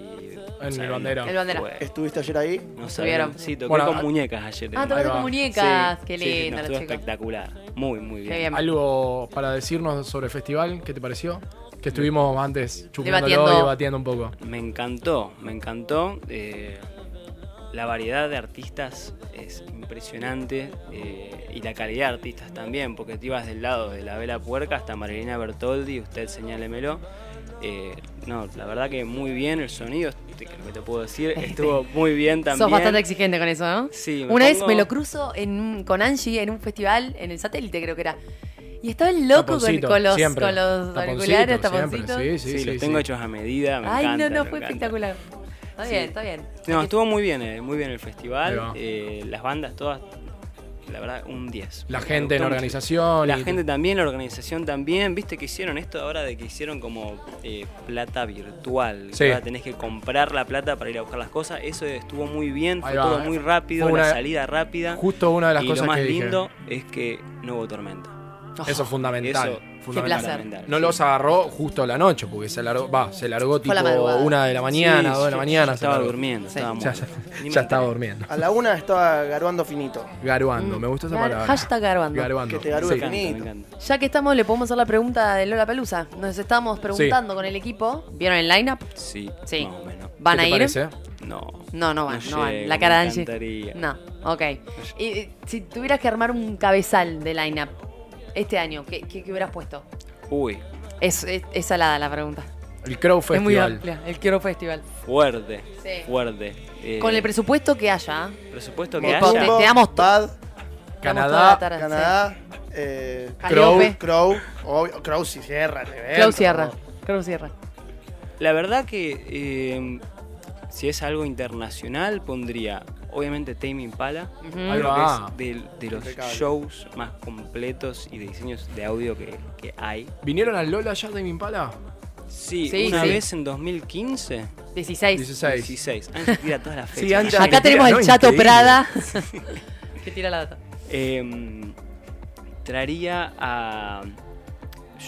el Bandera. El Bandera. ¿Estuviste ayer ahí? No Estuvieron. sabían. Sí, toqué Bueno, con a- muñecas ayer. Ah, tocaste con muñecas. Qué lindo, no, los estuvo chicos. espectacular. Muy, muy bien. ¿Algo para decirnos sobre el festival? ¿Qué te pareció? Que estuvimos antes chupándolo Debatiendo. y debatiendo un poco. Me encantó, me encantó. eh, la variedad de artistas es impresionante eh, y la calidad de artistas también, porque te ibas del lado de la Vela Puerca hasta Marilina Bertoldi, usted señálemelo. Eh, no, la verdad que muy bien el sonido, te- lo que te puedo decir, estuvo muy bien también. Este, Sos bastante exigente con eso, ¿no? Sí, me Una vez pongo- me lo cruzo en, un- con Angie en un festival, en el satélite creo que era. Y estaba el loco con, Taponcito, con los, siempre. con los Taponcito, auriculares, siempre, taponcitos. Sí, los tengo hechos a medida, me Ay, encanta, no, no, me fue encanta. espectacular. Está Sí. bien, está bien. No, estuvo muy bien, eh, muy bien el Ahí festival. va. eh, las bandas todas, la verdad, un 10. La Me gente en gustó mucho. organización. La y- gente también, la organización también. Viste que hicieron esto ahora de que hicieron como eh, plata virtual. Sí. Ahora tenés que comprar la plata para ir a buscar las cosas. Eso estuvo muy bien, fue Ahí va. eh. todo muy rápido, Fue una- la salida rápida. justo una de las y cosas lo más que dije. lindo es que no hubo tormenta. Eso es fundamental. Eso, fundamental. fundamental. No los agarró justo a la noche, porque se largó, va, se largó tipo la madrugada. una de la mañana, Sí, dos de la yo- mañana. yo se estaba largó. durmiendo, estaba Ya, muerto. ya- ya estaba durmiendo. A la una estaba garuando finito. Garuando, me gustó esa Gar- palabra. hashtag garuando. Garuando. Que te garúe sí. finito. Ya que estamos, le podemos hacer la pregunta de Lola Palusa. Nos estamos preguntando con el equipo. ¿Vieron el lineup? Sí. Sí. Más o menos. ¿Van ¿Qué te a ir? parece? No. No, no van, no, No van. llego, La cara de me Angie. encantaría. No, ok. Y, y si tuvieras que armar un cabezal de lineup este año, ¿qué, qué, qué hubieras puesto? Uy, Es, es, es salada la pregunta. El Crow Es muy Festival. amplia, el Quiero Festival. fuerte. Sí. Fuerte. Eh, Con el presupuesto que haya. presupuesto que Tipo, haya. Te, te damos Bad, Canadá, Canadá, eh, Caliope. Crow, obvio, Crow si cierra. el evento. Clau Sierra. Clau Sierra. La verdad que eh, si es algo internacional pondría obviamente Tame Impala, Ujú. creo Ahí que va. es de, de los Ah. Impecable. shows más completos y de diseños de audio que, que hay. ¿Vinieron al Lola ya de Impala? Sí, Sí, una sí. vez en 2015. 16. 16. 16. Angie tira Ah, todas las Sí, fechas. Angie Acá tenemos no, el Chato increíble. Prada. que tira la data. Eh, traría a.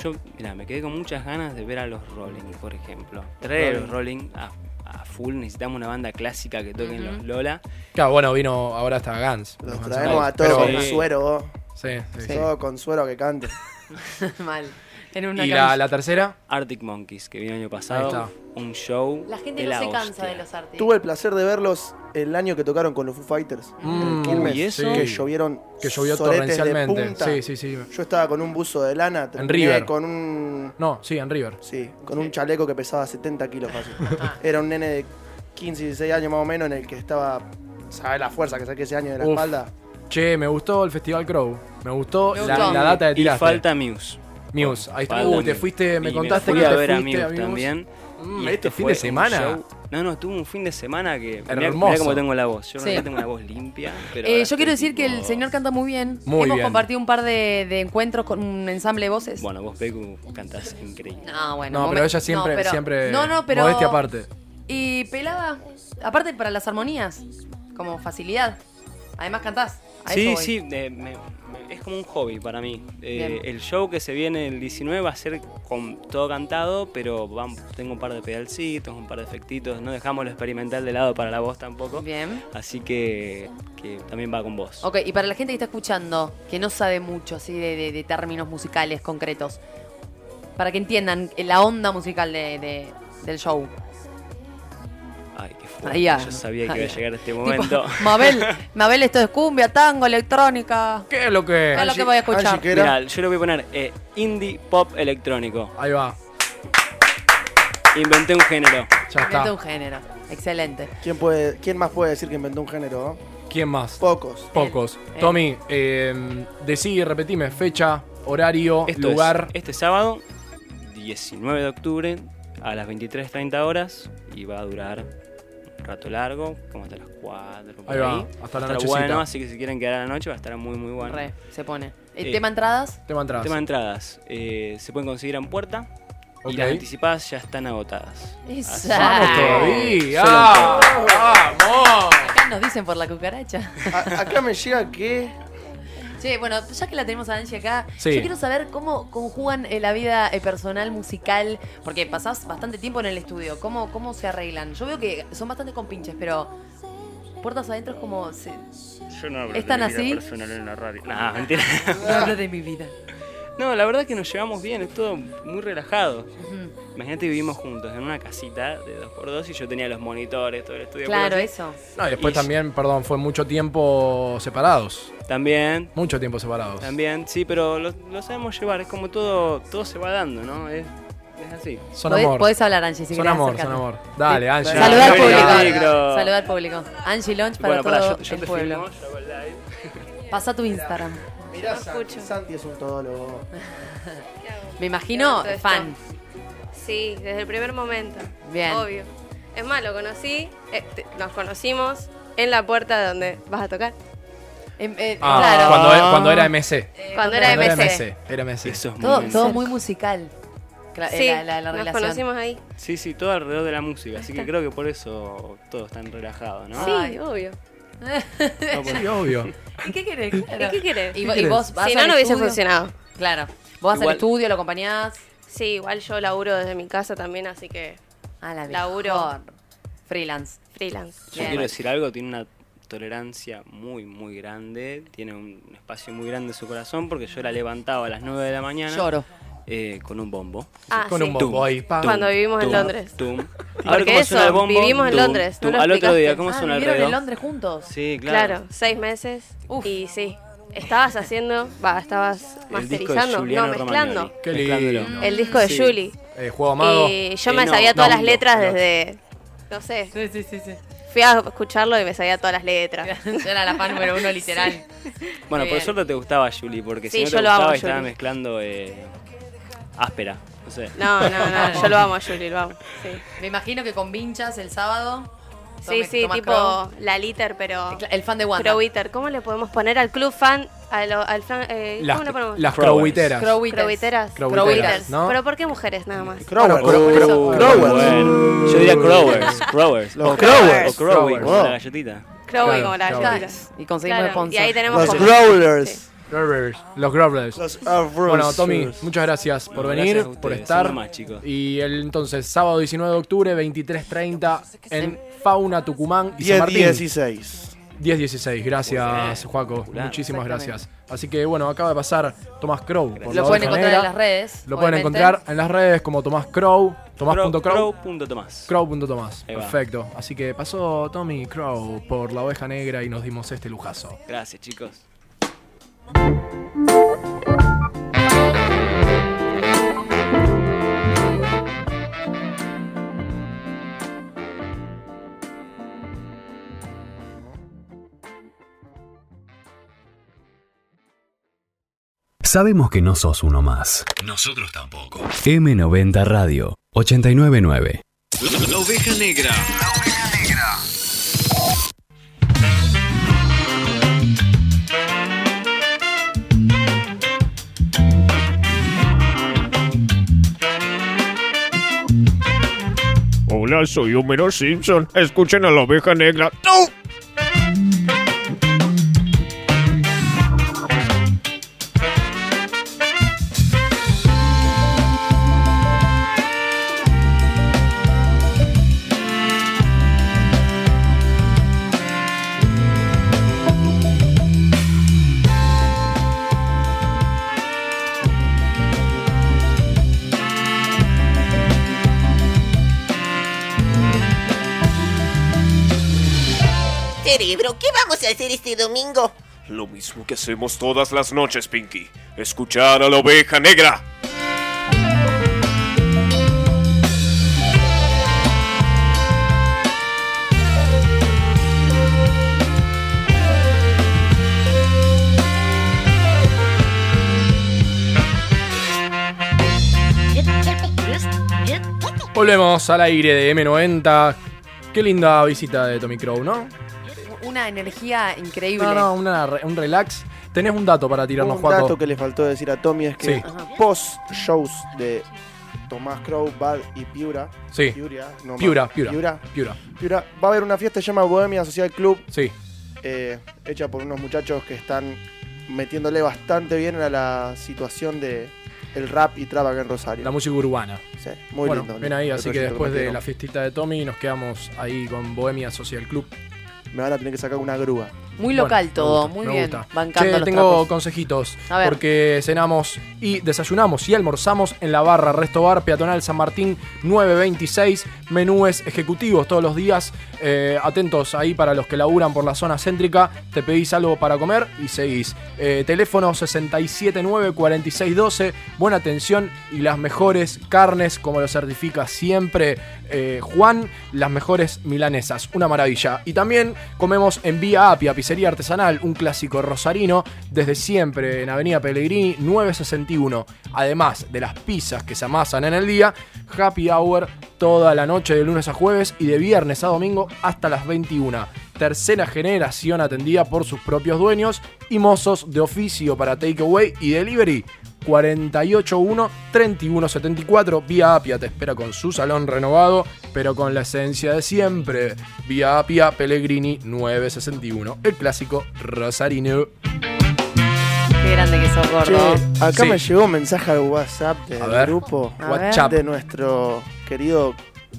Yo, mira, me quedé con muchas ganas de ver a los Rolling, por ejemplo. Traer a los Rolling a, a full. Necesitamos una banda clásica que toquen los Lola. Claro, bueno, vino ahora hasta Gans. Los traemos a todo con con suero, vos. Sí, sí, sí. Todo con suero que cante. Mal. En una ¿Y camisa. la, la tercera? Arctic Monkeys, que vino el año Ahí pasado. Un show. La de gente no la se cansa hostia. de los artistas. Tuve el placer de verlos el año que tocaron con los Foo Fighters. en Mm, el Quilmes, uy, eso. Que sí. llovieron Que llovió soretes de torrencialmente. punta. Sí, sí, sí. Yo estaba con un buzo de lana. terminé River. Con un, No, sí, en River. sí, con un chaleco que pesaba 70 kilos fácil. Era un nene de 15, 16 años más o menos en el que estaba... ¿Sabes la fuerza que saqué ese año de la Uf. espalda? Che, me gustó el Festival Crow. Me gustó Me la, gustó. la data de Y tiraste. falta Muse. Muse, ahí está. Falta Uh, Muse. te fuiste, me Y contaste fui que a te ver a fuiste Muse a Muse. también. Mm, y este fin fue de semana. un show- No, no, tuvo un fin de semana que. Mirá, Hermoso. mirá cómo tengo la voz. Yo Sí. realmente tengo una voz limpia. Pero Eh, ahora yo quiero estoy decir que el tipo- señor canta muy bien. Muy Hemos bien. compartido un par de, de encuentros con un ensamble de voces. Bueno, vos, Pecu, cantás increíble. No, bueno. No, momen- pero ella siempre, no, pero- siempre. No, no, pero. Modestia aparte. Y pelaba. Aparte para las armonías. Como facilidad. Además cantás. A Sí, eso voy. sí, eh, me- me- es como un hobby para mí. Eh, Bien. el show que se viene el 19 va a ser con todo cantado, pero vam- tengo un par de pedalcitos, un par de efectitos. No dejamos lo experimental de lado para la voz tampoco. Bien. Así que, que también va con vos. Ok, y para la gente que está escuchando, que no sabe mucho así de, de- de términos musicales concretos, para que entiendan la onda musical de- de- del show. Ay, qué Oh, Ahí fuerte. va. Yo sabía que Ahí iba va. a llegar este Tipo, momento. Mabel, Mabel, esto es cumbia, tango, electrónica. ¿Qué es lo que.? Es lo que voy a escuchar. Mirá, yo le voy a poner eh, indie pop electrónico. Ahí va. Inventé un género. Ya Inventó está. un género. Excelente. ¿Quién, puede, ¿Quién más puede decir que inventó un género? no? ¿Quién más? Pocos. Pocos. él. Tommy, eh, decí, repetime, fecha, horario, Esto es lugar. este sábado, 19 de octubre, a las 23.30 horas, y va a durar un rato largo, como hasta las 4. por Ahí va, hasta la Está nochecita. bueno, así que si quieren quedar a la noche va a estar muy, muy bueno. Re, se pone. ¿El Eh, tema entradas? Tema entradas. Tema de entradas, eh, se pueden conseguir en puerta, Ok. y las anticipadas ya están agotadas. Esa. Vamos que- todavía. Ah. Solo en puerta. Vamos. Acá nos dicen por la cucaracha. A- acá me llega que Che, bueno, ya que la tenemos a Angie acá, Sí. yo quiero saber cómo conjugan eh, la vida eh, personal musical, porque pasás bastante tiempo en el estudio. ¿Cómo, ¿Cómo se arreglan? Yo veo que son bastante compinches, pero puertas adentro es como. se- Yo no hablo ¿Están de mi vida así? personal en la radio. No, mentira. No hablo de mi vida. No, la verdad que nos llevamos bien, es todo muy relajado. Imagínate vivimos juntos en una casita de 2x2 y yo tenía los monitores, todo el estudio. Claro, por así. eso. No, y después Y- también, perdón, fue mucho tiempo separados. También, Mucho tiempo separados. también, sí, pero lo, lo sabemos llevar, es como todo, todo se va dando, ¿no? Es, es así. Son podés, amor. podés hablar, Angie, si son querés amor, acercarte. son amor. Dale, Angie. Dale. Saludar al Dale, dale, público. dale. Saludar al público. Angie Launch para bueno, pará, todo yo, yo el te pueblo. filmo, yo hago el live. Pasa tu Instagram. Mirá, No Santi, escucho. Santi es un todólogo. ¿Qué hago? Me imagino Todo esto. fan. Sí, desde el primer momento. Bien. Obvio. Es más, lo conocí, eh, te- nos conocimos en la puerta de donde vas a tocar. Em, eh, Ah, claro. Eh, cuando, e- cuando era MC. cuando era Cuando MC. Era MC. Eso es muy Todo, bien. todo muy musical. Cla- eh, Sí, la, la- la nos relación. conocimos ahí. Sí, sí, todo alrededor de la música, así que creo que por eso todo es tan relajado, ¿no? Sí, Ay. obvio. No, por- Sí, obvio. ¿Y qué querés? Claro. ¿Y qué querés? Y, vo- y vos vas si al no, no hubiese estudio. funcionado. Claro. Vos vas al Igual- estudio, lo acompañás. Sí, igual yo laburo desde mi casa también, así que A la Laburo. mejor. Freelance. freelance. Yo Bien. quiero decir algo, tiene una tolerancia muy, muy grande, tiene un espacio muy grande en su corazón, porque yo la levantaba a las 9 de la mañana Lloro. eh, con un bombo. Ah, Con sí. un bombo ahí, pa. Cuando vivimos en Tum, Londres. tum. Porque eso, vivimos en Londres, no lo Al otro día, explicaste. ¿cómo ah, suena el vivieron en reloj? Londres juntos. Sí, claro. Claro, seis meses. Uf. Y sí, estabas haciendo, va, estabas El disco de masterizando, no, Giuliano mezclando. Romagnoli. Qué Mezclándolo. lindo. El disco de Sí. Julie. Eh, Juego Amado. Y yo Eh, me no, sabía todas no, las letras no. desde, no sé, Sí, sí, sí. sí. fui a escucharlo y me sabía todas las letras. Yo era la fan número uno, literal. Bueno, por Bien. suerte te gustaba Julie, porque Sí, si no te yo lo amo, gustaba estaba Julie. mezclando eh, áspera. No sé. No, no, no, Ah, yo lo amo a Julie, lo amo. Sí, Me imagino que con vinchas el sábado. sí, tome- sí, tomás tipo Crow. la liter, pero... El fan de Wanda. Crowiter, ¿cómo le podemos poner al club fan, a lo- al fan, eh, Las, ¿cómo le ponemos? las Crowers. crowiteras. Crowiters. Crowiteras. Crowiteras, Crowiters. ¿no? ¿Pero por qué mujeres nada más? Crower, Uh, Crower, Crower. bueno. Yo diría Crowers. Crowers. Los O Crowers. O Crowing, Crowers. como la galletita. Crowing Claro, o las crowing. letras. Y conseguimos Claro, sponsor. Y ahí tenemos Los como- growlers. Sí. Growlers. Los Growlers. Los Growlers. bueno, Tommy, muchas gracias por Bueno, venir, gracias a ustedes. por estar. Son lo más, chicos. Y el, entonces, sábado 19 de octubre, 23.30 en Fauna Tucumán y 10, San Martín. 16. 10-16, gracias, Juaco. Muchísimas gracias. Así que, bueno, acaba de pasar Tomás Crow. por Lo La pueden Oveja encontrar en Negra. las redes, Lo pueden obviamente. encontrar en las redes como Tomás Crow. Tomás.crow. Crow.tomás. Crow.tomás. Ahí va. Perfecto. Así que pasó Tommy Crow por la oveja negra y nos dimos este lujazo. Gracias, chicos. Sabemos que no sos uno más. Nosotros tampoco. M90 Radio 899. La oveja negra. La oveja negra. Hola, soy Homero Simpson. Escuchen a la oveja negra. Cerebro, ¿qué vamos a hacer este domingo? Lo mismo que hacemos todas las noches, Pinky. Escuchar a la oveja negra. Volvemos al aire de M90. Qué linda visita de Tommy Crow, ¿no? Una energía increíble. No, no, una re- un relax. Tenés un dato para tirarnos, Un Juaco. dato que le faltó decir a Tommy es que Sí. post shows de Tomás Crow, Bad y Piura. Sí. Piura, no más. Piura, Piura, Piura. Piura. Piura. Va a haber una fiesta que se llama Bohemia Social Club. Sí. eh, hecha por unos muchachos que están metiéndole bastante bien a la situación de el rap y trap acá en Rosario. La música urbana. Sí, muy bueno, lindo. ven ahí, el así que proyecto después de metieron. la fiestita de Tommy nos quedamos ahí con Bohemia Social Club. Me van a tener que sacar una grúa. Muy Bueno, local me todo, gusta, muy me bien. gusta. Bancando Che, los tengo trapos. consejitos. A ver. Porque cenamos y desayunamos y almorzamos en la barra Resto Bar Peatonal San Martín 926. Menúes ejecutivos todos los días. Eh, atentos ahí para los que laburan por la zona céntrica. Te pedís algo para comer y seguís. Eh, teléfono 679-4612. Buena atención y las mejores carnes, como lo certifica siempre eh, Juan, las mejores milanesas. Una maravilla. Y también comemos en Vía Apia, pizzería artesanal, un clásico rosarino, desde siempre en Avenida Pellegrini 961. Además de las pizzas que se amasan en el día, happy hour toda la noche de lunes a jueves y de viernes a domingo hasta las 21. Tercera generación atendida por sus propios dueños y mozos de oficio para takeaway y delivery. 481-3174. Vía Apia te espera con su salón renovado, pero con la esencia de siempre. Vía Apia Pellegrini 961, el clásico Rosarino. Qué grande que sos, Che, gordo. acá Sí. me llegó un mensaje al WhatsApp del A ver. grupo A ver. WhatsApp. de nuestro querido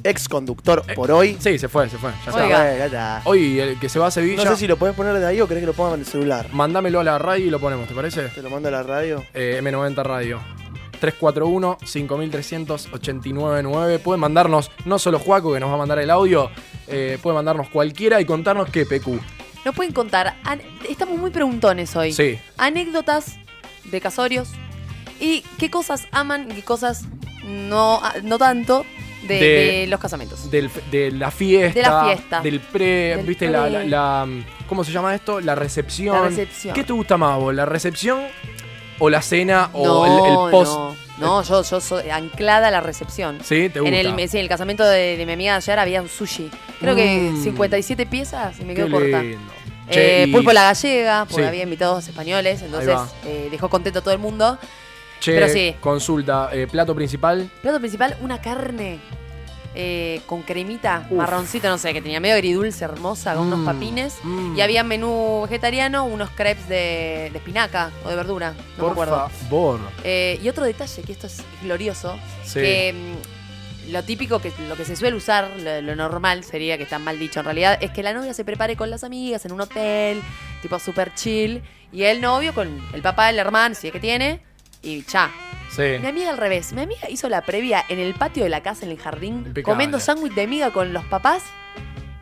ex conductor por hoy. Eh, Sí, se fue, se fue. Ya está. Oiga. Ya está. Hoy el que se va a Sevilla. No sé si lo podés poner de ahí o querés que lo ponga en el celular. Mándamelo a la radio y lo ponemos, ¿te parece? Te lo mando a la radio. M90 Radio. 341-5389-9. Pueden mandarnos, no solo Juaco que nos va a mandar el audio, eh, pueden mandarnos cualquiera y contarnos qué PQ. Nos pueden contar, an- estamos muy preguntones hoy. Sí. Anécdotas de casorios y qué cosas aman y qué cosas no, ah, no tanto de, De- de los casamientos. Del- de la fiesta. De la fiesta. Del pre. Del ¿Viste la, pre. la- la- ¿Cómo se llama esto? La recepción. La recepción. ¿Qué te gusta más vos? ¿La recepción o la cena o No, el, el post? No, No, yo, yo soy anclada a la recepción. Sí, te gusta. En el, sí, en el casamiento de, de mi amiga ayer había un sushi. Creo que Mm. 57 piezas y me Qué quedo corta. lindo. Eh, Che, y- Pulpo la gallega, porque Sí. había invitados españoles, entonces va. eh, dejó contento a todo el mundo. Che, Pero sí, consulta, eh, plato principal. plato principal, una carne. eh, con cremita, marroncito, no sé, que tenía medio agridulce, hermosa, con unos Mm, papines. Y había menú vegetariano, unos crepes de, de espinaca o de verdura, no me Por acuerdo. favor. Eh, y otro detalle, que esto es glorioso, Sí. que mm, lo típico, que lo que se suele usar, lo, lo normal sería, que está mal dicho en realidad, es que la novia se prepare con las amigas en un hotel, tipo super chill, y el novio con el papá, el hermano, si es que tiene, y cha. Sí. Mi amiga al revés, mi amiga hizo la previa en el patio de la casa, en el jardín, Impecable. comiendo sándwich de miga con los papás,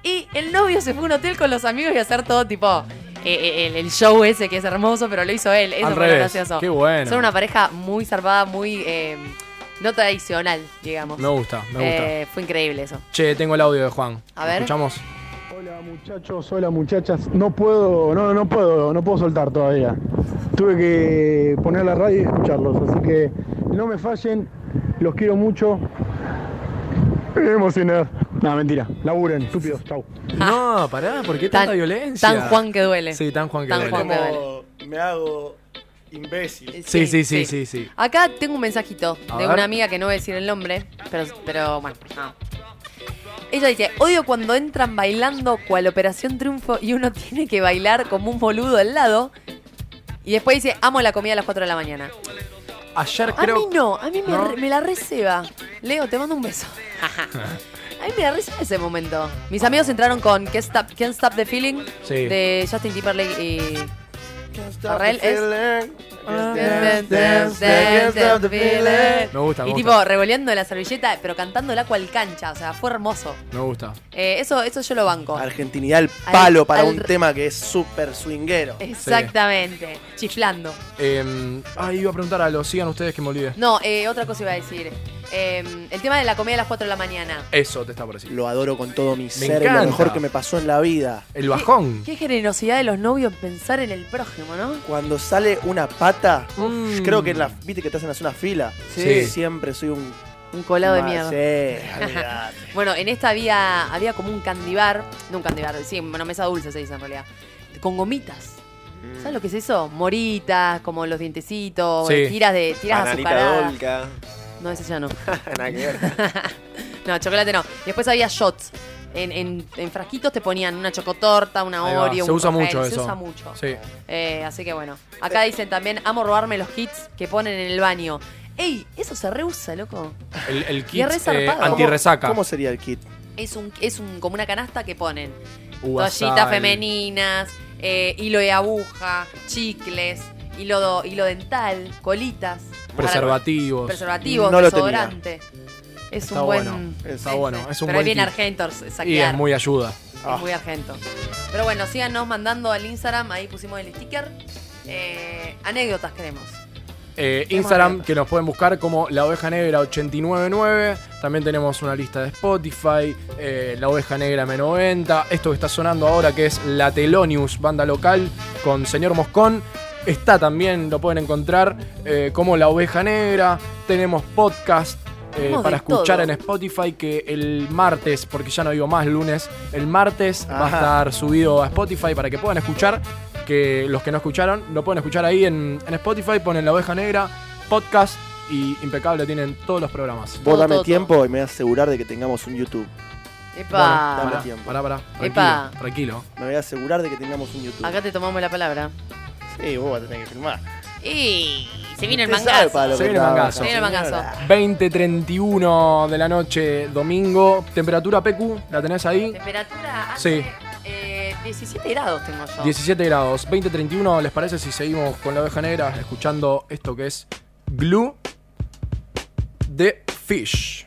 y el novio se fue a un hotel con los amigos y a hacer todo tipo... eh, eh, el, el show ese que es hermoso, pero lo hizo él. Eso Al fue lo revés. gracioso. Qué bueno. Son una pareja muy zarpada, muy eh, no tradicional, digamos. Me gusta, me gusta. Eh, fue increíble eso. Che, tengo el audio de Juan. A ver. Ah. Escuchamos. Muchachos, hola muchachas, no puedo, no, no puedo, no puedo soltar todavía. Tuve que poner la radio y escucharlos, así que no me fallen, los quiero mucho. Me emocioné. No, mentira, laburen, estúpidos, chau. No, pará, ¿por qué Tan- tanta violencia? tan Juan que duele. Ah. Sí, tan Juan que Tan duele. Juan que duele. Me hago imbécil. Sí, sí, sí, sí, sí. Acá tengo un mensajito A de ver. una amiga que no voy a decir el nombre, pero, pero bueno. no. Ella dice, odio cuando entran bailando cual Operación Triunfo y uno tiene que bailar como un boludo al lado. Y después dice, amo la comida a las 4 de la mañana. Ayer A mí creo. no, a mí me, ¿No? re- me la receba. Leo, te mando un beso. A mí me da risa ese momento. Mis amigos entraron con Can't Stop, Can't Stop the Feeling Sí. de Justin Timberlake y. the Farrell es- feeling, Dance, dance, dance, Can't stop the feeling. Me gusta, me Y gusta. tipo, revoleando la servilleta, pero cantándola cual cancha. O sea, fue hermoso. Me gusta. Eh, eso, eso yo lo banco. Argentinidad al palo para al- un tema que es súper swinguero. Exactamente. Chiflando. Eh, ay, iba a preguntar algo. Sigan ustedes que me olvidé. No, eh, otra cosa iba a decir. Eh, el tema de la comida a las 4 de la mañana. Eso te está por decir. Lo adoro con todo mi ser. es encanta. Lo mejor que me pasó en la vida. El bajón. Qué generosidad de los novios pensar en el prójimo, ¿no? Cuando sale una pata, Mm. creo que en la, viste que te hacen hacer una fila. Sí. Siempre soy un. Un colado de ma- mierda. Sí, olvidate. Bueno, en esta había, había como un candibar, no un candibar, sí, una mesa dulce se dice en realidad, con gomitas. Mm. ¿Sabes lo que es eso? Moritas, como los dientecitos, Sí. tiras de tiras Bananita azucaradas. dolca. No, ese ya no. Nada que ver. no, chocolate no. Después había shots. En, en- en frasquitos te ponían una chocotorta, una Ahí va. Oreo, Se un usa café, mucho se eso. usa mucho. Sí. Eh, así que bueno. Acá dicen también, amo robarme los kits que ponen en el baño. ¡Ey! Eso se reusa, loco. El, el Y kit es re eh, zarpado. antirresaca. ¿Cómo sería el kit? Es un, es un, como una canasta que ponen. Uva, Toallitas sal. femeninas, eh, hilo de aguja, chicles, hilo, do- hilo dental, colitas. Preservativos. Para- preservativos, No lo tenía. desodorante. Es Está un buen. bueno. Está sí, bueno. sí. Es un Pero buen viene kit. Argentor saquear. Y es muy ayuda. Es Ah. muy argento. Pero bueno, síganos mandando al Instagram, ahí pusimos el sticker. Eh, anécdotas queremos. Eh, Instagram, que nos pueden buscar como La Oveja Negra 899. También tenemos una lista de Spotify, eh, La Oveja Negra M90. Esto que está sonando ahora, que es La Telonius, banda local, con Señor Moscón. Está también, lo pueden encontrar eh, como La Oveja Negra. Tenemos podcast. eh, Tenemos para de todo. escuchar en Spotify que el martes, porque ya no digo más lunes, el martes va a Ajá. estar subido a Spotify para que puedan escuchar que los que no escucharon lo pueden escuchar ahí en, en Spotify, ponen La Oveja Negra, podcast y impecable tienen todos los programas. Vos dame tiempo y me voy a asegurar de que tengamos un YouTube. Epa. Bueno, Pará, dame tiempo. Pará, pará. Tranquilo, Epa. tranquilo. Me voy a asegurar de que tengamos un YouTube. Acá te tomamos la palabra. Sí, vos vas a tener que filmar. Y se viene el Usted sabe para mangazo. lo Se viene el mangazo. Se viene el mangazo. 20.31 de la noche, domingo. Temperatura PQ, ¿la tenés ahí? Temperatura Sí, eh, 17 grados tengo yo. 17 grados. 20.31, ¿les parece si seguimos con la oveja negra escuchando esto que es Glue de Fish?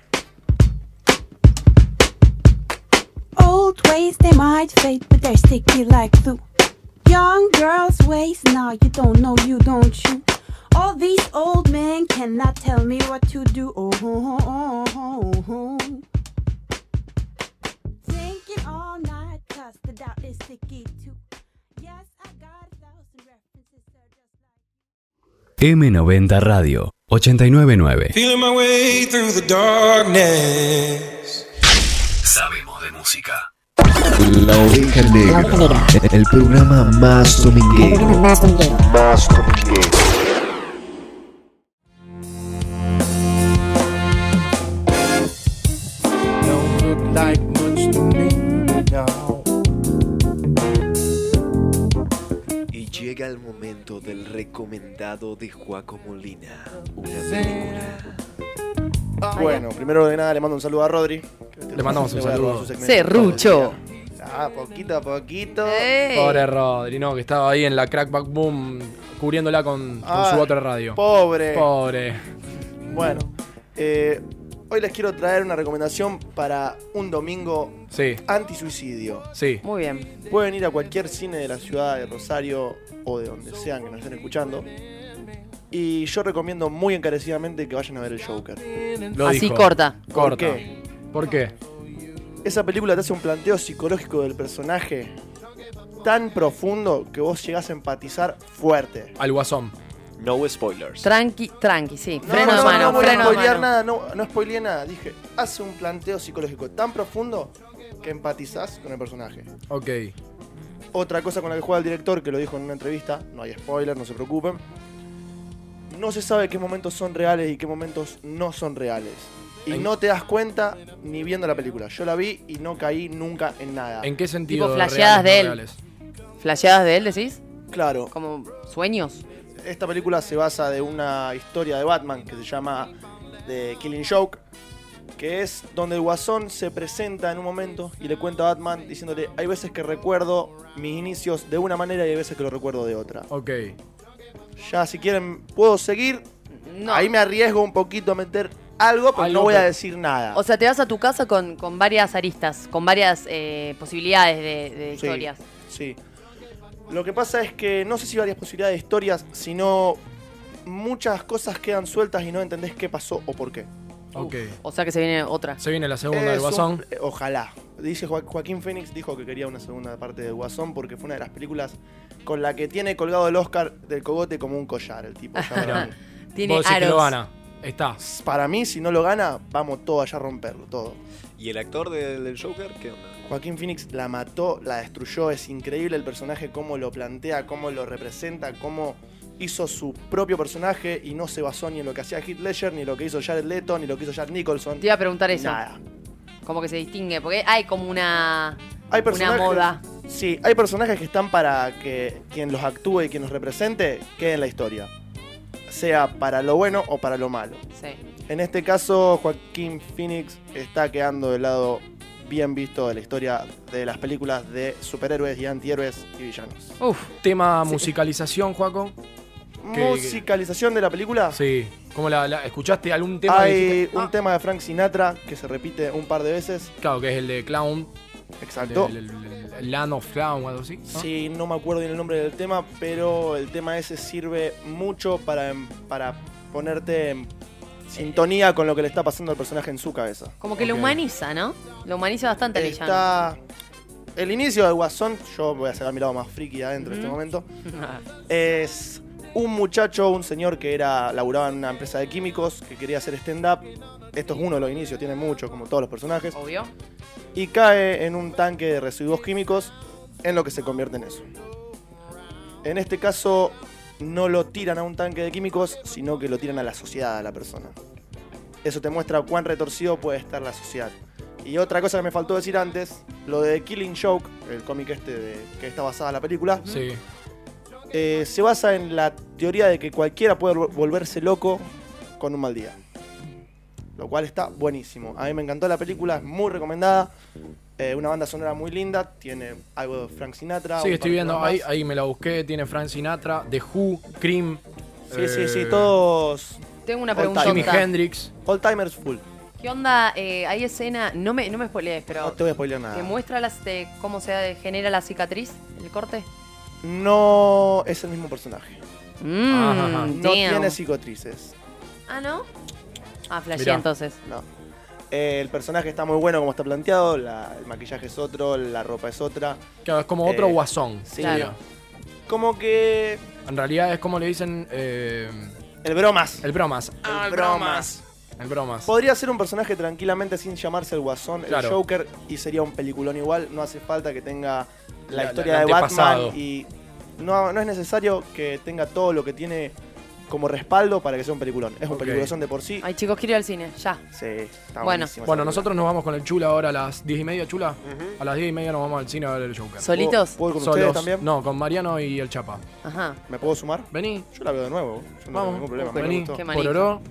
Old ways they might fade, but they're sticky like glue. Young girls' ways, now you don't know, you don't you? All these old men cannot tell me what to do. Oh, oh, oh, oh, oh. Thinking all night, cause the doubt is sticky too. Yes, I got a thousand references. M90 Radio 899. Feeling my way through the darkness. Sabemos de música. La Oveja Negra. El programa más dominguero. Más dominguero. La invitado de Juaco Molina. Una película. Bueno, primero de nada le mando un saludo a Rodri. Le mandamos un saludo. Serrucho. Ah, poquito a poquito. Pobre Rodri, no, que estaba ahí en la Crackback Boom cubriéndola con, con Ay, su otra radio. Ah, pobre. Pobre. Bueno, eh, hoy les quiero traer una recomendación para un domingo Sí, antisuicidio. sí. Muy bien. Pueden ir a cualquier cine de la ciudad de Rosario o de donde sean que nos estén escuchando. Y yo recomiendo muy encarecidamente que vayan a ver el Joker. Lo Así dijo. corta. Corta. ¿Por qué? ¿Por qué? Esa película te hace un planteo psicológico del personaje tan profundo que vos llegás a empatizar fuerte. Al guasón. No spoilers. Tranqui, tranqui, sí. No, Freno no, de no, mano, no voy a freno de spoilear mano. nada, no, no spoileé nada. Dije, hace un planteo psicológico tan profundo que empatizás con el personaje. Ok. Otra cosa con la que juega el director, que lo dijo en una entrevista, no hay spoiler, no se preocupen. No se sabe qué momentos son reales y qué momentos no son reales. Y no te das cuenta ni viendo la película. Yo la vi y no caí nunca en nada. ¿En qué sentido? Tipo flasheadas de reales, no él. reales? ¿Flasheadas de él, decís? Claro. Como sueños. Esta película se basa de una historia de Batman que se llama The Killing Joke, que es donde el Guasón se presenta en un momento y le cuenta a Batman diciéndole, hay veces que recuerdo mis inicios de una manera y hay veces que lo recuerdo de otra. Ok. Ya, si quieren, puedo seguir. Ahí me arriesgo un poquito a meter algo, pero no voy a decir nada. O sea, te vas a tu casa con, con varias aristas, con varias eh, posibilidades de, de Sí. historias. Sí. Lo que pasa es que no sé si varias posibilidades de historias, sino muchas cosas quedan sueltas y no entendés qué pasó o por qué. Ok. O sea que se viene otra. Se viene la segunda Es del un- guasón. eh, ojalá. Dice Jo- Joaquín Phoenix dijo que quería una segunda parte de Guasón porque fue una de las películas con la que tiene colgado el Oscar del cogote como un collar el tipo. ya verán. Tiene Vos decís que lo gana. Está. Para mí, si no lo gana, vamos todos allá a romperlo, todo. ¿Y el actor del, del Joker? ¿Qué onda? Joaquín Phoenix la mató, la destruyó, es increíble el personaje, cómo lo plantea, cómo lo representa, cómo hizo su propio personaje y no se basó ni en lo que hacía Heath Ledger, ni lo que hizo Jared Leto, ni lo que hizo Jack Nicholson. Te iba a preguntar eso. Nada. Como que se distingue, porque hay como una, Hay una personajes, moda. Sí, hay personajes que están para que quien los actúe y quien los represente quede en la historia. Sea para lo bueno o para lo malo. Sí. En este caso, Joaquín Phoenix está quedando del lado bien visto de la historia de las películas de superhéroes y antihéroes y villanos. Uf. Tema musicalización, Juaco. ¿Qué- Musicalización de la película. Sí. ¿Cómo la, la- escuchaste algún tema? que Hay dijiste? Ah. un tema de Frank Sinatra que se repite un par de veces. Claro, que es el de Clown. Exacto. El, el- el- el Land of Clown o algo así. ¿no? Sí, no me acuerdo bien el nombre del tema, pero el tema ese sirve mucho para, em, para ponerte en sintonía con lo que le está pasando al personaje en su cabeza. Como que lo humaniza, ¿no? Lo humaniza bastante el villano. Está el inicio del Guasón, yo voy a sacar mi lado más friki adentro en este Ujú. momento, es un muchacho, un señor que era laburaba en una empresa de químicos, que quería hacer stand-up. Esto es uno de los inicios, tiene mucho, como todos los personajes. Obvio. Y cae en un tanque de residuos químicos, en lo que se convierte en eso. En este caso, no lo tiran a un tanque de químicos, sino que lo tiran a la sociedad, a la persona. Eso te muestra cuán retorcido puede estar la sociedad. Y otra cosa que me faltó decir antes, lo de Killing Joke, el cómic este de, que está basada en la película, Sí. eh, se basa en la teoría de que cualquiera puede vol- volverse loco con un mal día. Lo cual está buenísimo. A mí me encantó la película, es muy recomendada. Eh, una banda sonora muy linda, tiene algo de Frank Sinatra. un Sí, par estoy de viendo. temas Ahí, más. ahí me la busqué. Tiene Frank Sinatra, The Who, Cream. Sí, sí, sí, eh, todos. Tengo una All-timers. pregunta. Jimi Hendrix. All timers full. ¿Qué onda? Eh, hay escena, no me, no me spoilees, No pero te voy a spoilear ¿te nada. muestra las, de cómo se genera la cicatriz, el corte? No es el mismo personaje. Ajá, ajá. No Mm, damn. tiene psicotrices. Ah, ¿no? Ah, flashé Mirá. entonces. No. Eh, el personaje está muy bueno como está planteado, la- el maquillaje es otro, la ropa es otra. Claro, es como otro Eh, guasón. sí. Eh, sería. Como que En realidad es como le dicen. eh, el bromas. el bromas. Ah, el bromas. El bromas. Podría ser un personaje tranquilamente sin llamarse el Guasón, Claro. el Joker, y sería un peliculón igual. No hace falta que tenga La- la, la- historia el de Batman antepasado. y no, no es necesario que tenga todo lo que tiene como respaldo para que sea un peliculón. Es un peliculón de por sí. Ay, chicos, quiero ir al cine, ya. Sí, está Bueno. buenísima esa Bueno, película. nosotros nos vamos con el Chula ahora a las 10 y media, Chula. A las 10 y media nos vamos al cine a ver el Joker. ¿Solitos? ¿Puedo- puedo ir con ustedes Solos. también? No, con Mariano y el Chapa. Ajá. ¿Me puedo sumar? Vení. Yo la veo de nuevo. Yo no tengo Vamos, ningún problema. me vení. gustó. Pororó.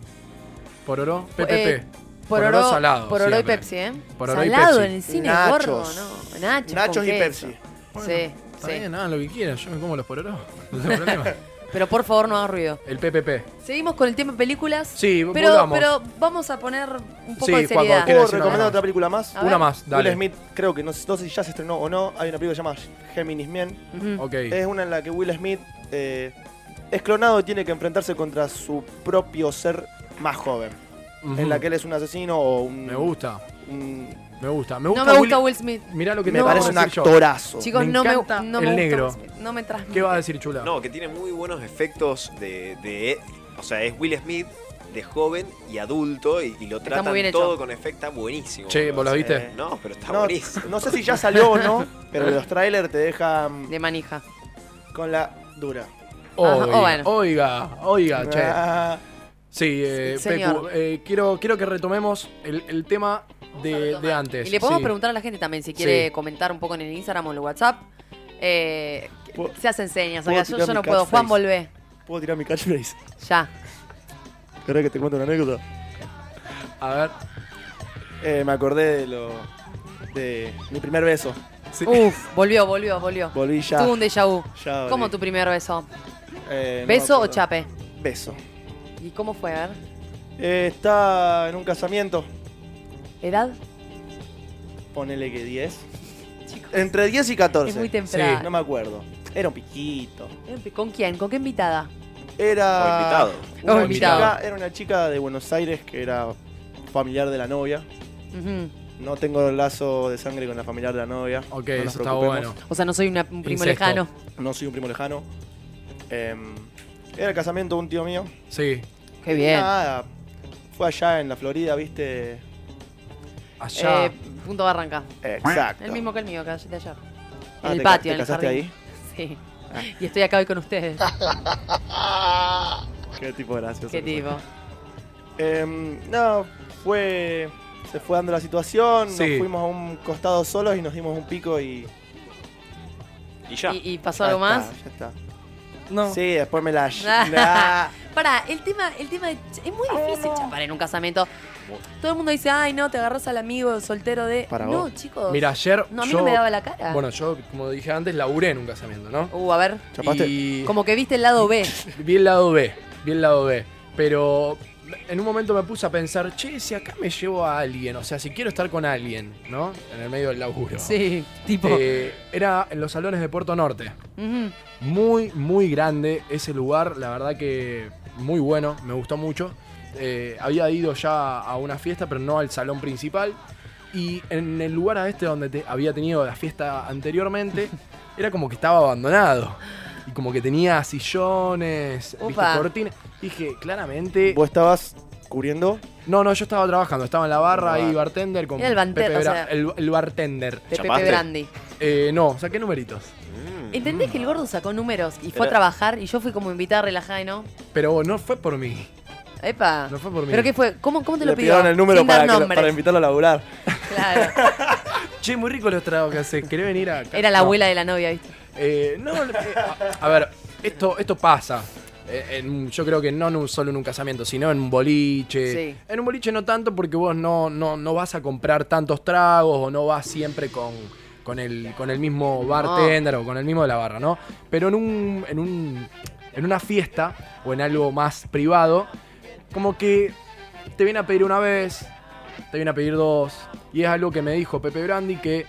Pororó. PPP. Eh, pororó- pororó y Pepsi, ¿eh? Pororó y Salado Pepsi. en el cine, gordo, ¿no? Nachos, con queso. sí, Está sí. bien, hagan lo que quieran. Yo me como los pororó. No tengo problema. Pero por favor no hagan ruido. El PPP. Seguimos con el tema películas. Sí, pero, volvamos. pero vamos a poner un poco Sí, de Juan, cuando seriedad. quieras ¿Puedo decir una recomendar más. otra película más? A Una ver. más, dale. Will Smith, creo que no, sé- no sé si ya se estrenó o no. Hay una película llamada Geminis Men. Ujú. Ok. Es una en la que Will Smith eh, es clonado y tiene que enfrentarse contra su propio ser más joven. Ujú. En la que él es un asesino o un. Me gusta. Me gusta. Me no gusta me gusta Will, Smith. Mirá lo que Me te parece acabo de un decir yo. actorazo. Chicos, Me no, me, encanta no me el gusta negro. Will Smith. No me transmite. ¿Qué vas a decir, Chula? No, que tiene muy buenos efectos de, de- O sea, es Will Smith de joven y adulto y, y lo Está tratan muy bien hecho. todo con efecto buenísimo. Che, ¿vos lo Sí. viste? No, pero está No, buenísimo. no sé si ya salió o no, pero los trailers te dejan. De manija. Con la dura. Oiga, Ajá, o bueno. oiga, oiga, che. Ah. Sí, eh, Sí, señor. Pecu, eh, quiero, quiero que retomemos el, el tema de, de antes. Y le podemos sí. preguntar a la gente también si quiere Sí. comentar un poco en el Instagram o en el WhatsApp. Eh, se hacen señas puedo acá. Yo, tirar yo mi no puedo. Juan, catchphrase? volvé. ¿Puedo tirar mi catchphrase? Ya. ¿Querés que te cuente una anécdota? Eh, A ver. me acordé de lo. de mi primer beso. Uf, volvió, volvió, volvió. Volví ya. Tuvo un déjà vu. Ya volví. ¿Cómo tu primer beso? Eh, no me ¿Beso o acuerdo. chape? Beso. ¿Y cómo fue? A ver. Eh, está en un casamiento. ¿Edad? Ponele que 10. Entre 10 y 14. Es muy temprano. Sí, no me acuerdo. Era un piquito. Em, ¿Con quién? ¿Con qué invitada? Era. O invitado. una O invitado. chica- era una chica de Buenos Aires que era familiar de la novia. Ujú. No tengo el lazo de sangre con la familiar de la novia. Ok, no nos eso está preocupemos. bueno. O sea, no soy una- un primo Incesto. lejano. No soy un primo lejano. Em, era el casamiento de un tío mío. Sí. Qué bien. Nada, fue allá en la Florida, viste. Allá. Eh, punto Barranca. Exacto. El mismo que el mío, que de ayer. Ah, en el ¿te ca- patio, te en el casaste jardín. Sí. Y estoy acá hoy con ustedes. Qué tipo gracioso. Qué que tipo. fue. Em, no, fue. Se fue dando la situación, Sí. nos fuimos a un costado solos y nos dimos un pico y. Y ya. ¿Y, y pasó ya algo está, más? Ya está. Sí, después me la. Para Nah. Pará, el tema, el tema de- es muy difícil chapar en un casamiento. Todo el mundo dice, ay no, te agarras al amigo soltero de. Para no, vos. chicos. Mira, ayer. No, a mí yo- no me daba la cara. Bueno, yo, como dije antes, laburé en un casamiento, ¿no? Uh, a ver. ¿Chapaste? Y- Como que viste el lado B. Vi el lado B, vi el lado B. Pero en un momento me puse a pensar, che, si acá me llevo a alguien, o sea, si quiero estar con alguien, ¿no? En el medio del laburo. Sí, tipo. Eh, era en los salones de Puerto Norte. Ujú. Muy, muy grande ese lugar, la verdad que muy bueno, me gustó mucho. Eh, había ido ya a una fiesta, pero no al salón principal. Y en el lugar a este donde te- había tenido la fiesta anteriormente, era como que estaba abandonado. Y como que tenía sillones, viste, Upa. cortinas. Dije, claramente. ¿Vos estabas cubriendo? Ah. No, no, yo estaba trabajando, estaba en la En la barra ahí, barra. bartender con Era el bante- Pepe o Bra- sea, el, el bartender. Pepe ¿Chapaste? Brandi. Eh, no, saqué numeritos. Mm. ¿Entendés que el gordo sacó números y fue Era- a trabajar y yo fui como invitada relajada y no? Pero no fue por mí. Epa. No fue por mí. ¿Pero qué fue? ¿Cómo, cómo te lo Le pidió? pidieron el número Sin dar para, que lo- nombres. para invitarlo a laburar. Che, muy rico los tragos que haces. ¿Querés venir acá? Era la No. abuela de la novia, ¿viste? Eh, no, eh, a, a ver, esto, esto pasa. Eh, en- yo creo que no en un- solo en un casamiento, sino en un boliche. Sí. Eh, En un boliche no tanto porque vos no, no, no vas a comprar tantos tragos o no vas siempre con, con, el, con el mismo bartender o con el mismo de la barra, ¿no? Pero en un, en un en una fiesta o en algo más privado, como que te viene a pedir una vez, te viene a pedir dos. Y es algo que me dijo Pepe Brandi que,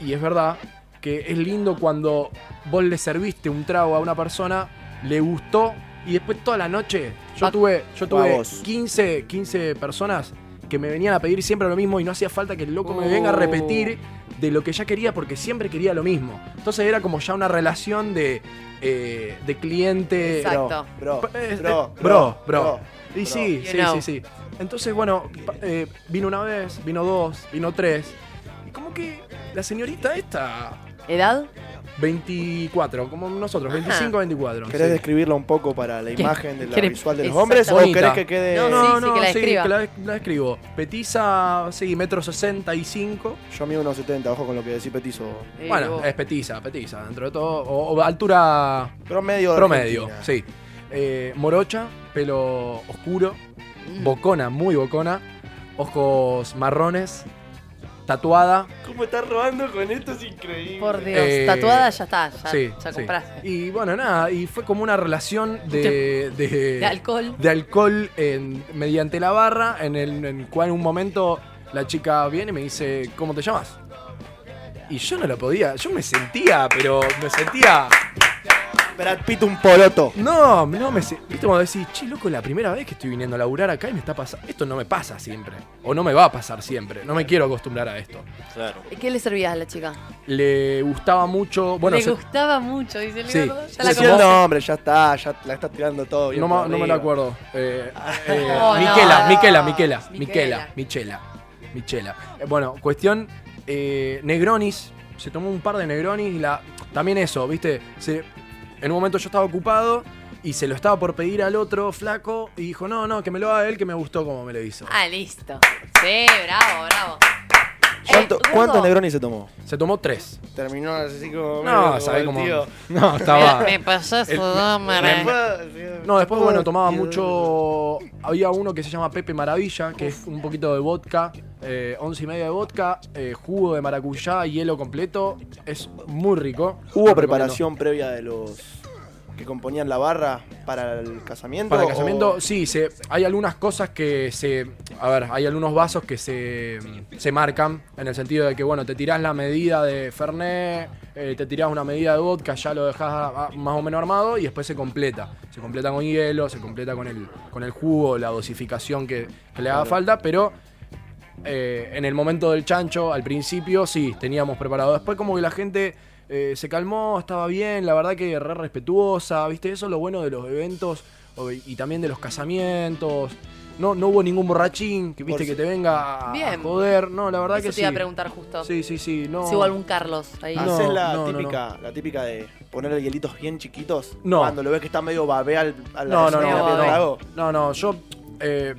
y es verdad, que es lindo cuando vos le serviste un trago a una persona, le gustó y después toda la noche yo tuve, yo tuve Vamos. 15, 15 personas que me venían a pedir siempre lo mismo y no hacía falta que el loco me venga a repetir de lo que ya quería porque siempre quería lo mismo. Entonces era como ya una relación de, eh, de cliente. Exacto. Bro, Eh, eh, bro, bro, bro. Y bro. sí, You sí, know. sí, sí. Entonces, bueno, pa- eh, vino una vez, vino dos, vino tres. Y como que la señorita esta ¿Edad? 24, como nosotros, 25, 24. ¿Querés sí. describirla un poco para la ¿Qué? imagen de la ¿Querés- visual de los hombres? ¿O Bonita. querés que quede.? No, no, no, sí, describa. que la, la describo. Petiza, sí, metro 65. Yo mido unos 70, ojo con lo que decís petizo. Eh, Bueno, es petiza, petiza, dentro de todo. O, o altura. Promedio de Promedio, Argentina. sí. Eh, morocha, pelo oscuro, Mm. bocona, muy bocona, ojos marrones, tatuada. ¿Cómo estás robando con esto? Es increíble. Por Dios, Eh, tatuada ya está, ya, sí, ya sí. compraste. Y bueno, nada, y fue como una relación de. De, De alcohol. De alcohol en- mediante la barra, en el, en el cual en un momento la chica viene y me dice, ¿cómo te llamas? Y yo no la podía, yo me sentía, pero me sentía. Brad Pitt un poloto. No, no me se- Viste cuando decís, che, loco, la primera vez que estoy viniendo a laburar acá y me está pasando. Esto no me pasa siempre. O no me va a pasar siempre. No me quiero acostumbrar a esto. Claro. ¿Y ¿Qué le servías a la chica? Le gustaba mucho. Bueno, le se- gustaba mucho, dice el Sí. gordo. Ya la Decí el conoce. nombre, ya está, ya la estás tirando todo. bien no, por ma- no me lo arriba. acuerdo. Eh, eh, Oh, no. Miquela, Miquela, Miquela. Miquela, Miquela, Michela, Michela. Eh, bueno, cuestión eh, Negronis. Se tomó un par de Negronis y la. También eso, viste. Se- en un momento yo estaba ocupado y se lo estaba por pedir al otro flaco y dijo, no, no, que me lo haga él, que me gustó como me lo hizo. Ah, listo. Sí, bravo, bravo. ¿Cuánto- gordo. ¿Cuántos Negroni se tomó? Se tomó tres. Terminó así como. No, sabe cómo. No, estaba. El- me- No, después, bueno, tomaba mucho. Había uno que se llama Pepe Maravilla, que es un poquito de vodka, eh, once y media de vodka, eh, jugo de maracuyá, hielo completo. Es muy rico. ¿Hubo Lo preparación previa de los que componían la barra para el casamiento? recomiendo. Para el o- casamiento, sí, se, hay algunas cosas que se. A ver, hay algunos vasos que se, se marcan, en el sentido de que, bueno, te tirás la medida de Fernet, eh, te tirás una medida de vodka, ya lo dejás ah, más o menos armado y después se completa. Se completa con hielo, se completa con el, con el jugo, la dosificación que, que le haga Claro. falta, pero eh, en el momento del chancho, al principio, sí, teníamos preparado. Después como que la gente eh, se calmó, estaba bien, la verdad que re respetuosa, ¿viste? Eso es lo bueno de los eventos o- y también de los casamientos. No, no hubo ningún borrachín, que viste, Por que te venga a, a Bien. Ah, joder. No, la verdad Eso que te sí. iba a preguntar justo. Sí, sí, sí, no. Si hubo algún Carlos ahí. ¿Haces No, la, no, no, no. típica, la típica de ponerle hielitos bien chiquitos? No. Cuando lo ves que está medio babé al, a la No, no, persona que no, le pide trago. no, no, no, yo... eh,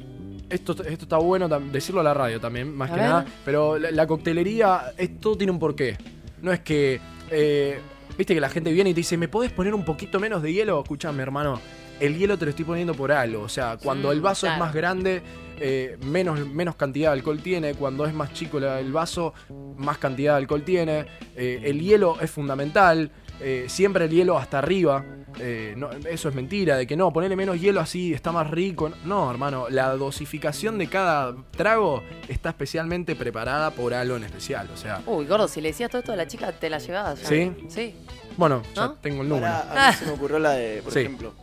esto, esto está bueno tam- decirlo a la radio también, más A que ver. nada, pero la, la coctelería, es- todo tiene un porqué. No es que, eh, viste que la gente viene y te dice, ¿me podés poner un poquito menos de hielo? Escuchame, hermano, el hielo te lo estoy poniendo por algo. O sea, cuando Mm, el vaso es claro. más grande, eh, menos, menos cantidad de alcohol tiene. Cuando es más chico la- el vaso, más cantidad de alcohol tiene. Eh, el hielo es fundamental. Eh, siempre el hielo hasta arriba. Eh, no, eso es mentira, de que no, ponerle menos hielo así está más rico. No, hermano, la dosificación de cada trago está especialmente preparada por algo en especial. O sea, Uy, gordo, si le decías todo esto a la chica, te la llevabas. ya. ¿Sí? Sí. bueno, ya ¿No? tengo el número. Pará, Ah. a mí se me ocurrió la de, por Sí. ejemplo,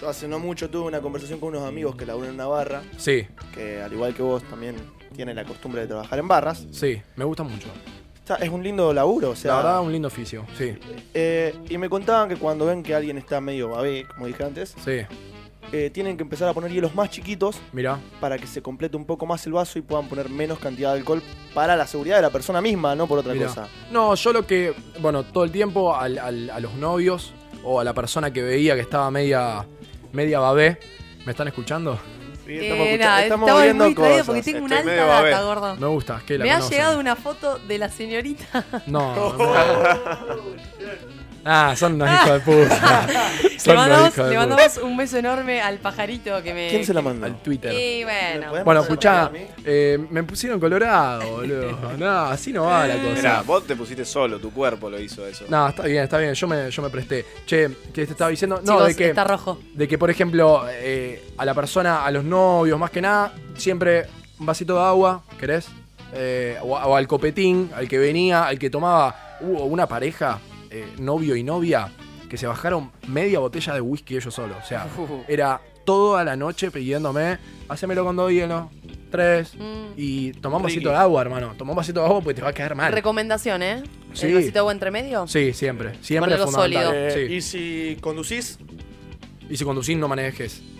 yo hace no mucho tuve una conversación con unos amigos que laburan en una barra, Sí, que al igual que vos también tienen la costumbre de trabajar en barras. sí, me gusta mucho. Está- es un lindo laburo, o sea. la verdad, un lindo oficio, sí. eh, y me contaban que cuando ven que alguien está medio babé, como dije antes, Sí, eh, tienen que empezar a poner hielos más chiquitos mira. para que se complete un poco más el vaso y puedan poner menos cantidad de alcohol para la seguridad de la persona misma, no por otra Mirá. cosa. No, yo lo que, bueno, todo el tiempo al- al- a los novios o a la persona que veía que estaba media, media babé, ¿me están escuchando? Sí, estamos Eh, escucha- nada, estamos estaba viendo muy traído cosas. porque tengo una Estoy alta medio data, babé. gordo. Me gusta, que la Me ha conocen. llegado una foto de la señorita. No, no, no. Ah, son unos hijos de puta. Le Son unos mandamos, hijos de le puta. mandamos un beso enorme al pajarito que me. mandó? Al Twitter. Y bueno. Bueno, escuchá, eh, me pusieron colorado, boludo. No, así no va la cosa. Mirá, vos te pusiste solo, tu cuerpo lo hizo eso. No, está bien, está bien, yo me, yo me presté. Che, ¿qué te estaba diciendo? No, Chicos, de que. está rojo. De que, por ejemplo, eh, a la persona, a los novios, más que nada, siempre un vasito de agua, ¿querés? Eh, o, o al copetín, al que venía, al que tomaba. Hubo una pareja, eh, novio y novia, que se bajaron media botella de whisky ellos solos. O sea, era toda la noche pidiéndome, hacémelo con dos hielo, tres, Mm. y tomá un vasito Ricky. de agua, hermano. Tomá un vasito de agua porque te va a quedar mal. Recomendación, ¿eh? Sí. ¿El vasito de agua entre medio? Sí, siempre. Siempre Ponelo es fundamental. Eh, sólido. Sí. Eh, ¿Y si conducís? Y si conducís, no manejes.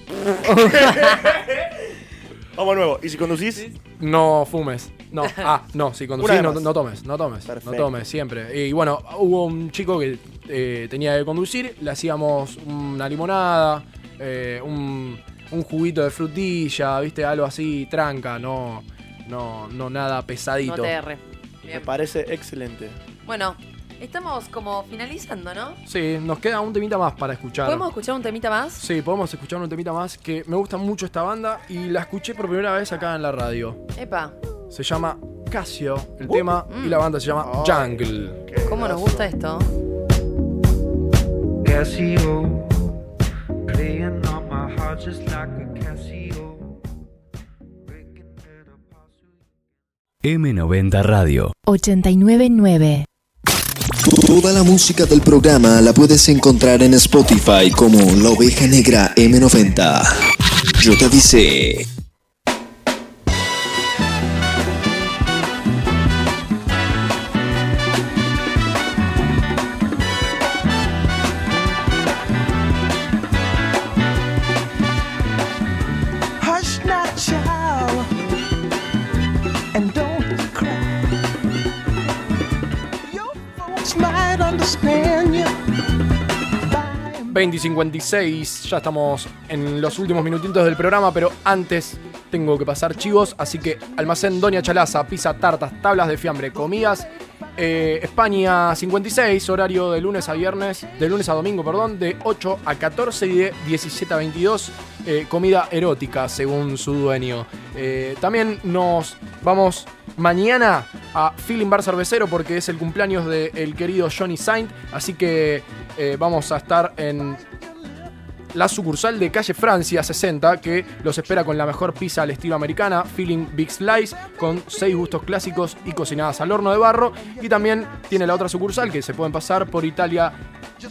Vamos de nuevo, ¿y si conducís? No fumes. No, ah, no, si Una conducís, de no, más. no tomes, no tomes. Perfecto. No tomes, siempre. Y bueno, hubo un chico que eh, tenía que conducir, le hacíamos una limonada, eh, un, un juguito de frutilla, ¿viste? Algo así, tranca, no, no, no nada pesadito. No te erre. Me parece excelente. Bueno, estamos como finalizando, ¿no? Sí, nos queda un temita más para escuchar. ¿Podemos escuchar un temita más? Sí, podemos escuchar un temita más que me gusta mucho esta banda y la escuché por primera vez acá en la radio. Epa, Se llama Casio, el tema, y la banda se llama Jungle. ¿cómo nos gusta esto? Casio, playing on my heart just like a Casio. M90 Radio. 899 Toda la música del programa la puedes encontrar en Spotify como La Oveja Negra M90. Yo te avisé. Hush not, child, and don't cry. Your folks might understand you. 20 y 56, ya estamos en los últimos minutitos del programa, pero antes tengo que pasar chivos, así que almacén Doña Chalaza, pizza, tartas, tablas de fiambre, comidas. eh, España 56, horario de lunes a viernes, de lunes a domingo, perdón, de 8 a 14 y de 17 a 22, eh, comida erótica según su dueño. Eh, también nos vamos mañana a Feeling Bar Cervecero porque es el cumpleaños del querido Johnny Saint, así que eh, vamos a estar en la sucursal de calle Francia 60, que los espera con la mejor pizza al estilo americana, Feeling Big Slice, con seis gustos clásicos y cocinadas al horno de barro. Y también tiene la otra sucursal que se pueden pasar por Italia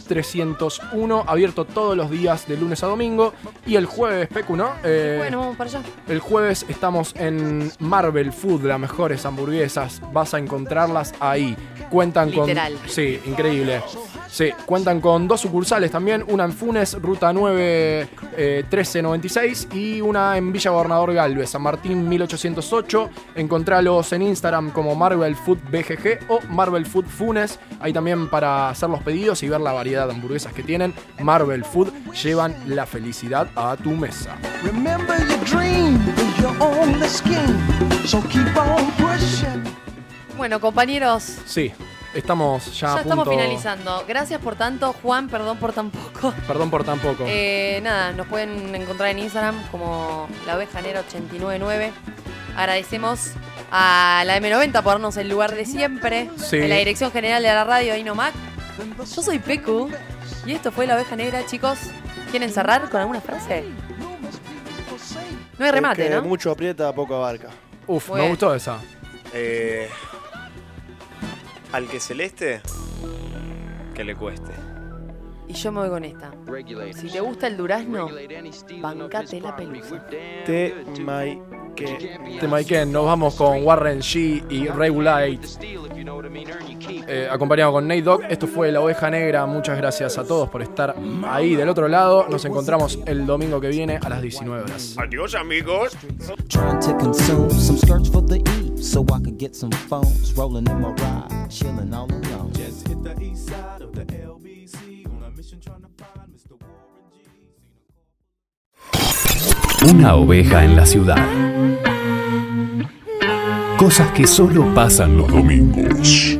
301, abierto todos los días de lunes a domingo. Y el jueves, Pecu, ¿no? Eh, Bueno, vamos para allá. el jueves estamos en Marvel Food, las mejores hamburguesas. Vas a encontrarlas ahí. Cuentan Literal. con. Sí, increíble. Sí, cuentan con dos sucursales también: una en Funes, ruta 9, eh, 1396, y una en Villa Gobernador Galvez, San Martín 1808. Encontralos en Instagram como Marvel Food BGG o Marvel Food Funes. Ahí también para hacer los pedidos y ver la variedad de hamburguesas que tienen. Marvel Food llevan la felicidad a tu mesa. Remember your dream is your only scheme. So keep on pushing. Bueno, compañeros, Sí, estamos ya, ya a estamos Ah, punto- finalizando. Gracias por tanto, Juan, perdón por tan poco. Perdón por tan poco. Eh, nada, nos pueden encontrar en Instagram como la oveja negra 899. Agradecemos a la M90 por darnos el lugar de siempre. Sí. En la dirección general de la radio Inomac. Yo soy Pecu y esto fue la oveja negra, chicos. ¿Quieren cerrar con alguna frase? No hay remate, El que ¿no? Mucho aprieta, poco abarca. Uf, Muy me bien. gustó esa. Eh, al que celeste, que le cueste. Y yo me voy con esta. Si te gusta el durazno, bancate la pelusa. Te my que. Este Maiken, nos vamos con Warren G y Regulate. Eh, acompañado con Nate Dog. Esto fue La Oveja Negra. Muchas gracias a todos por estar ahí del otro lado. Nos encontramos el domingo que viene a las 19 horas. Adiós, amigos. Trying to consume some skirts for the E so I could get some phones rolling in my ride, chilling all alone. Just hit Tá the east side of the é LBC on a mission trying to find Mr. Warren G. Una oveja en la ciudad. Cosas que solo pasan los domingos.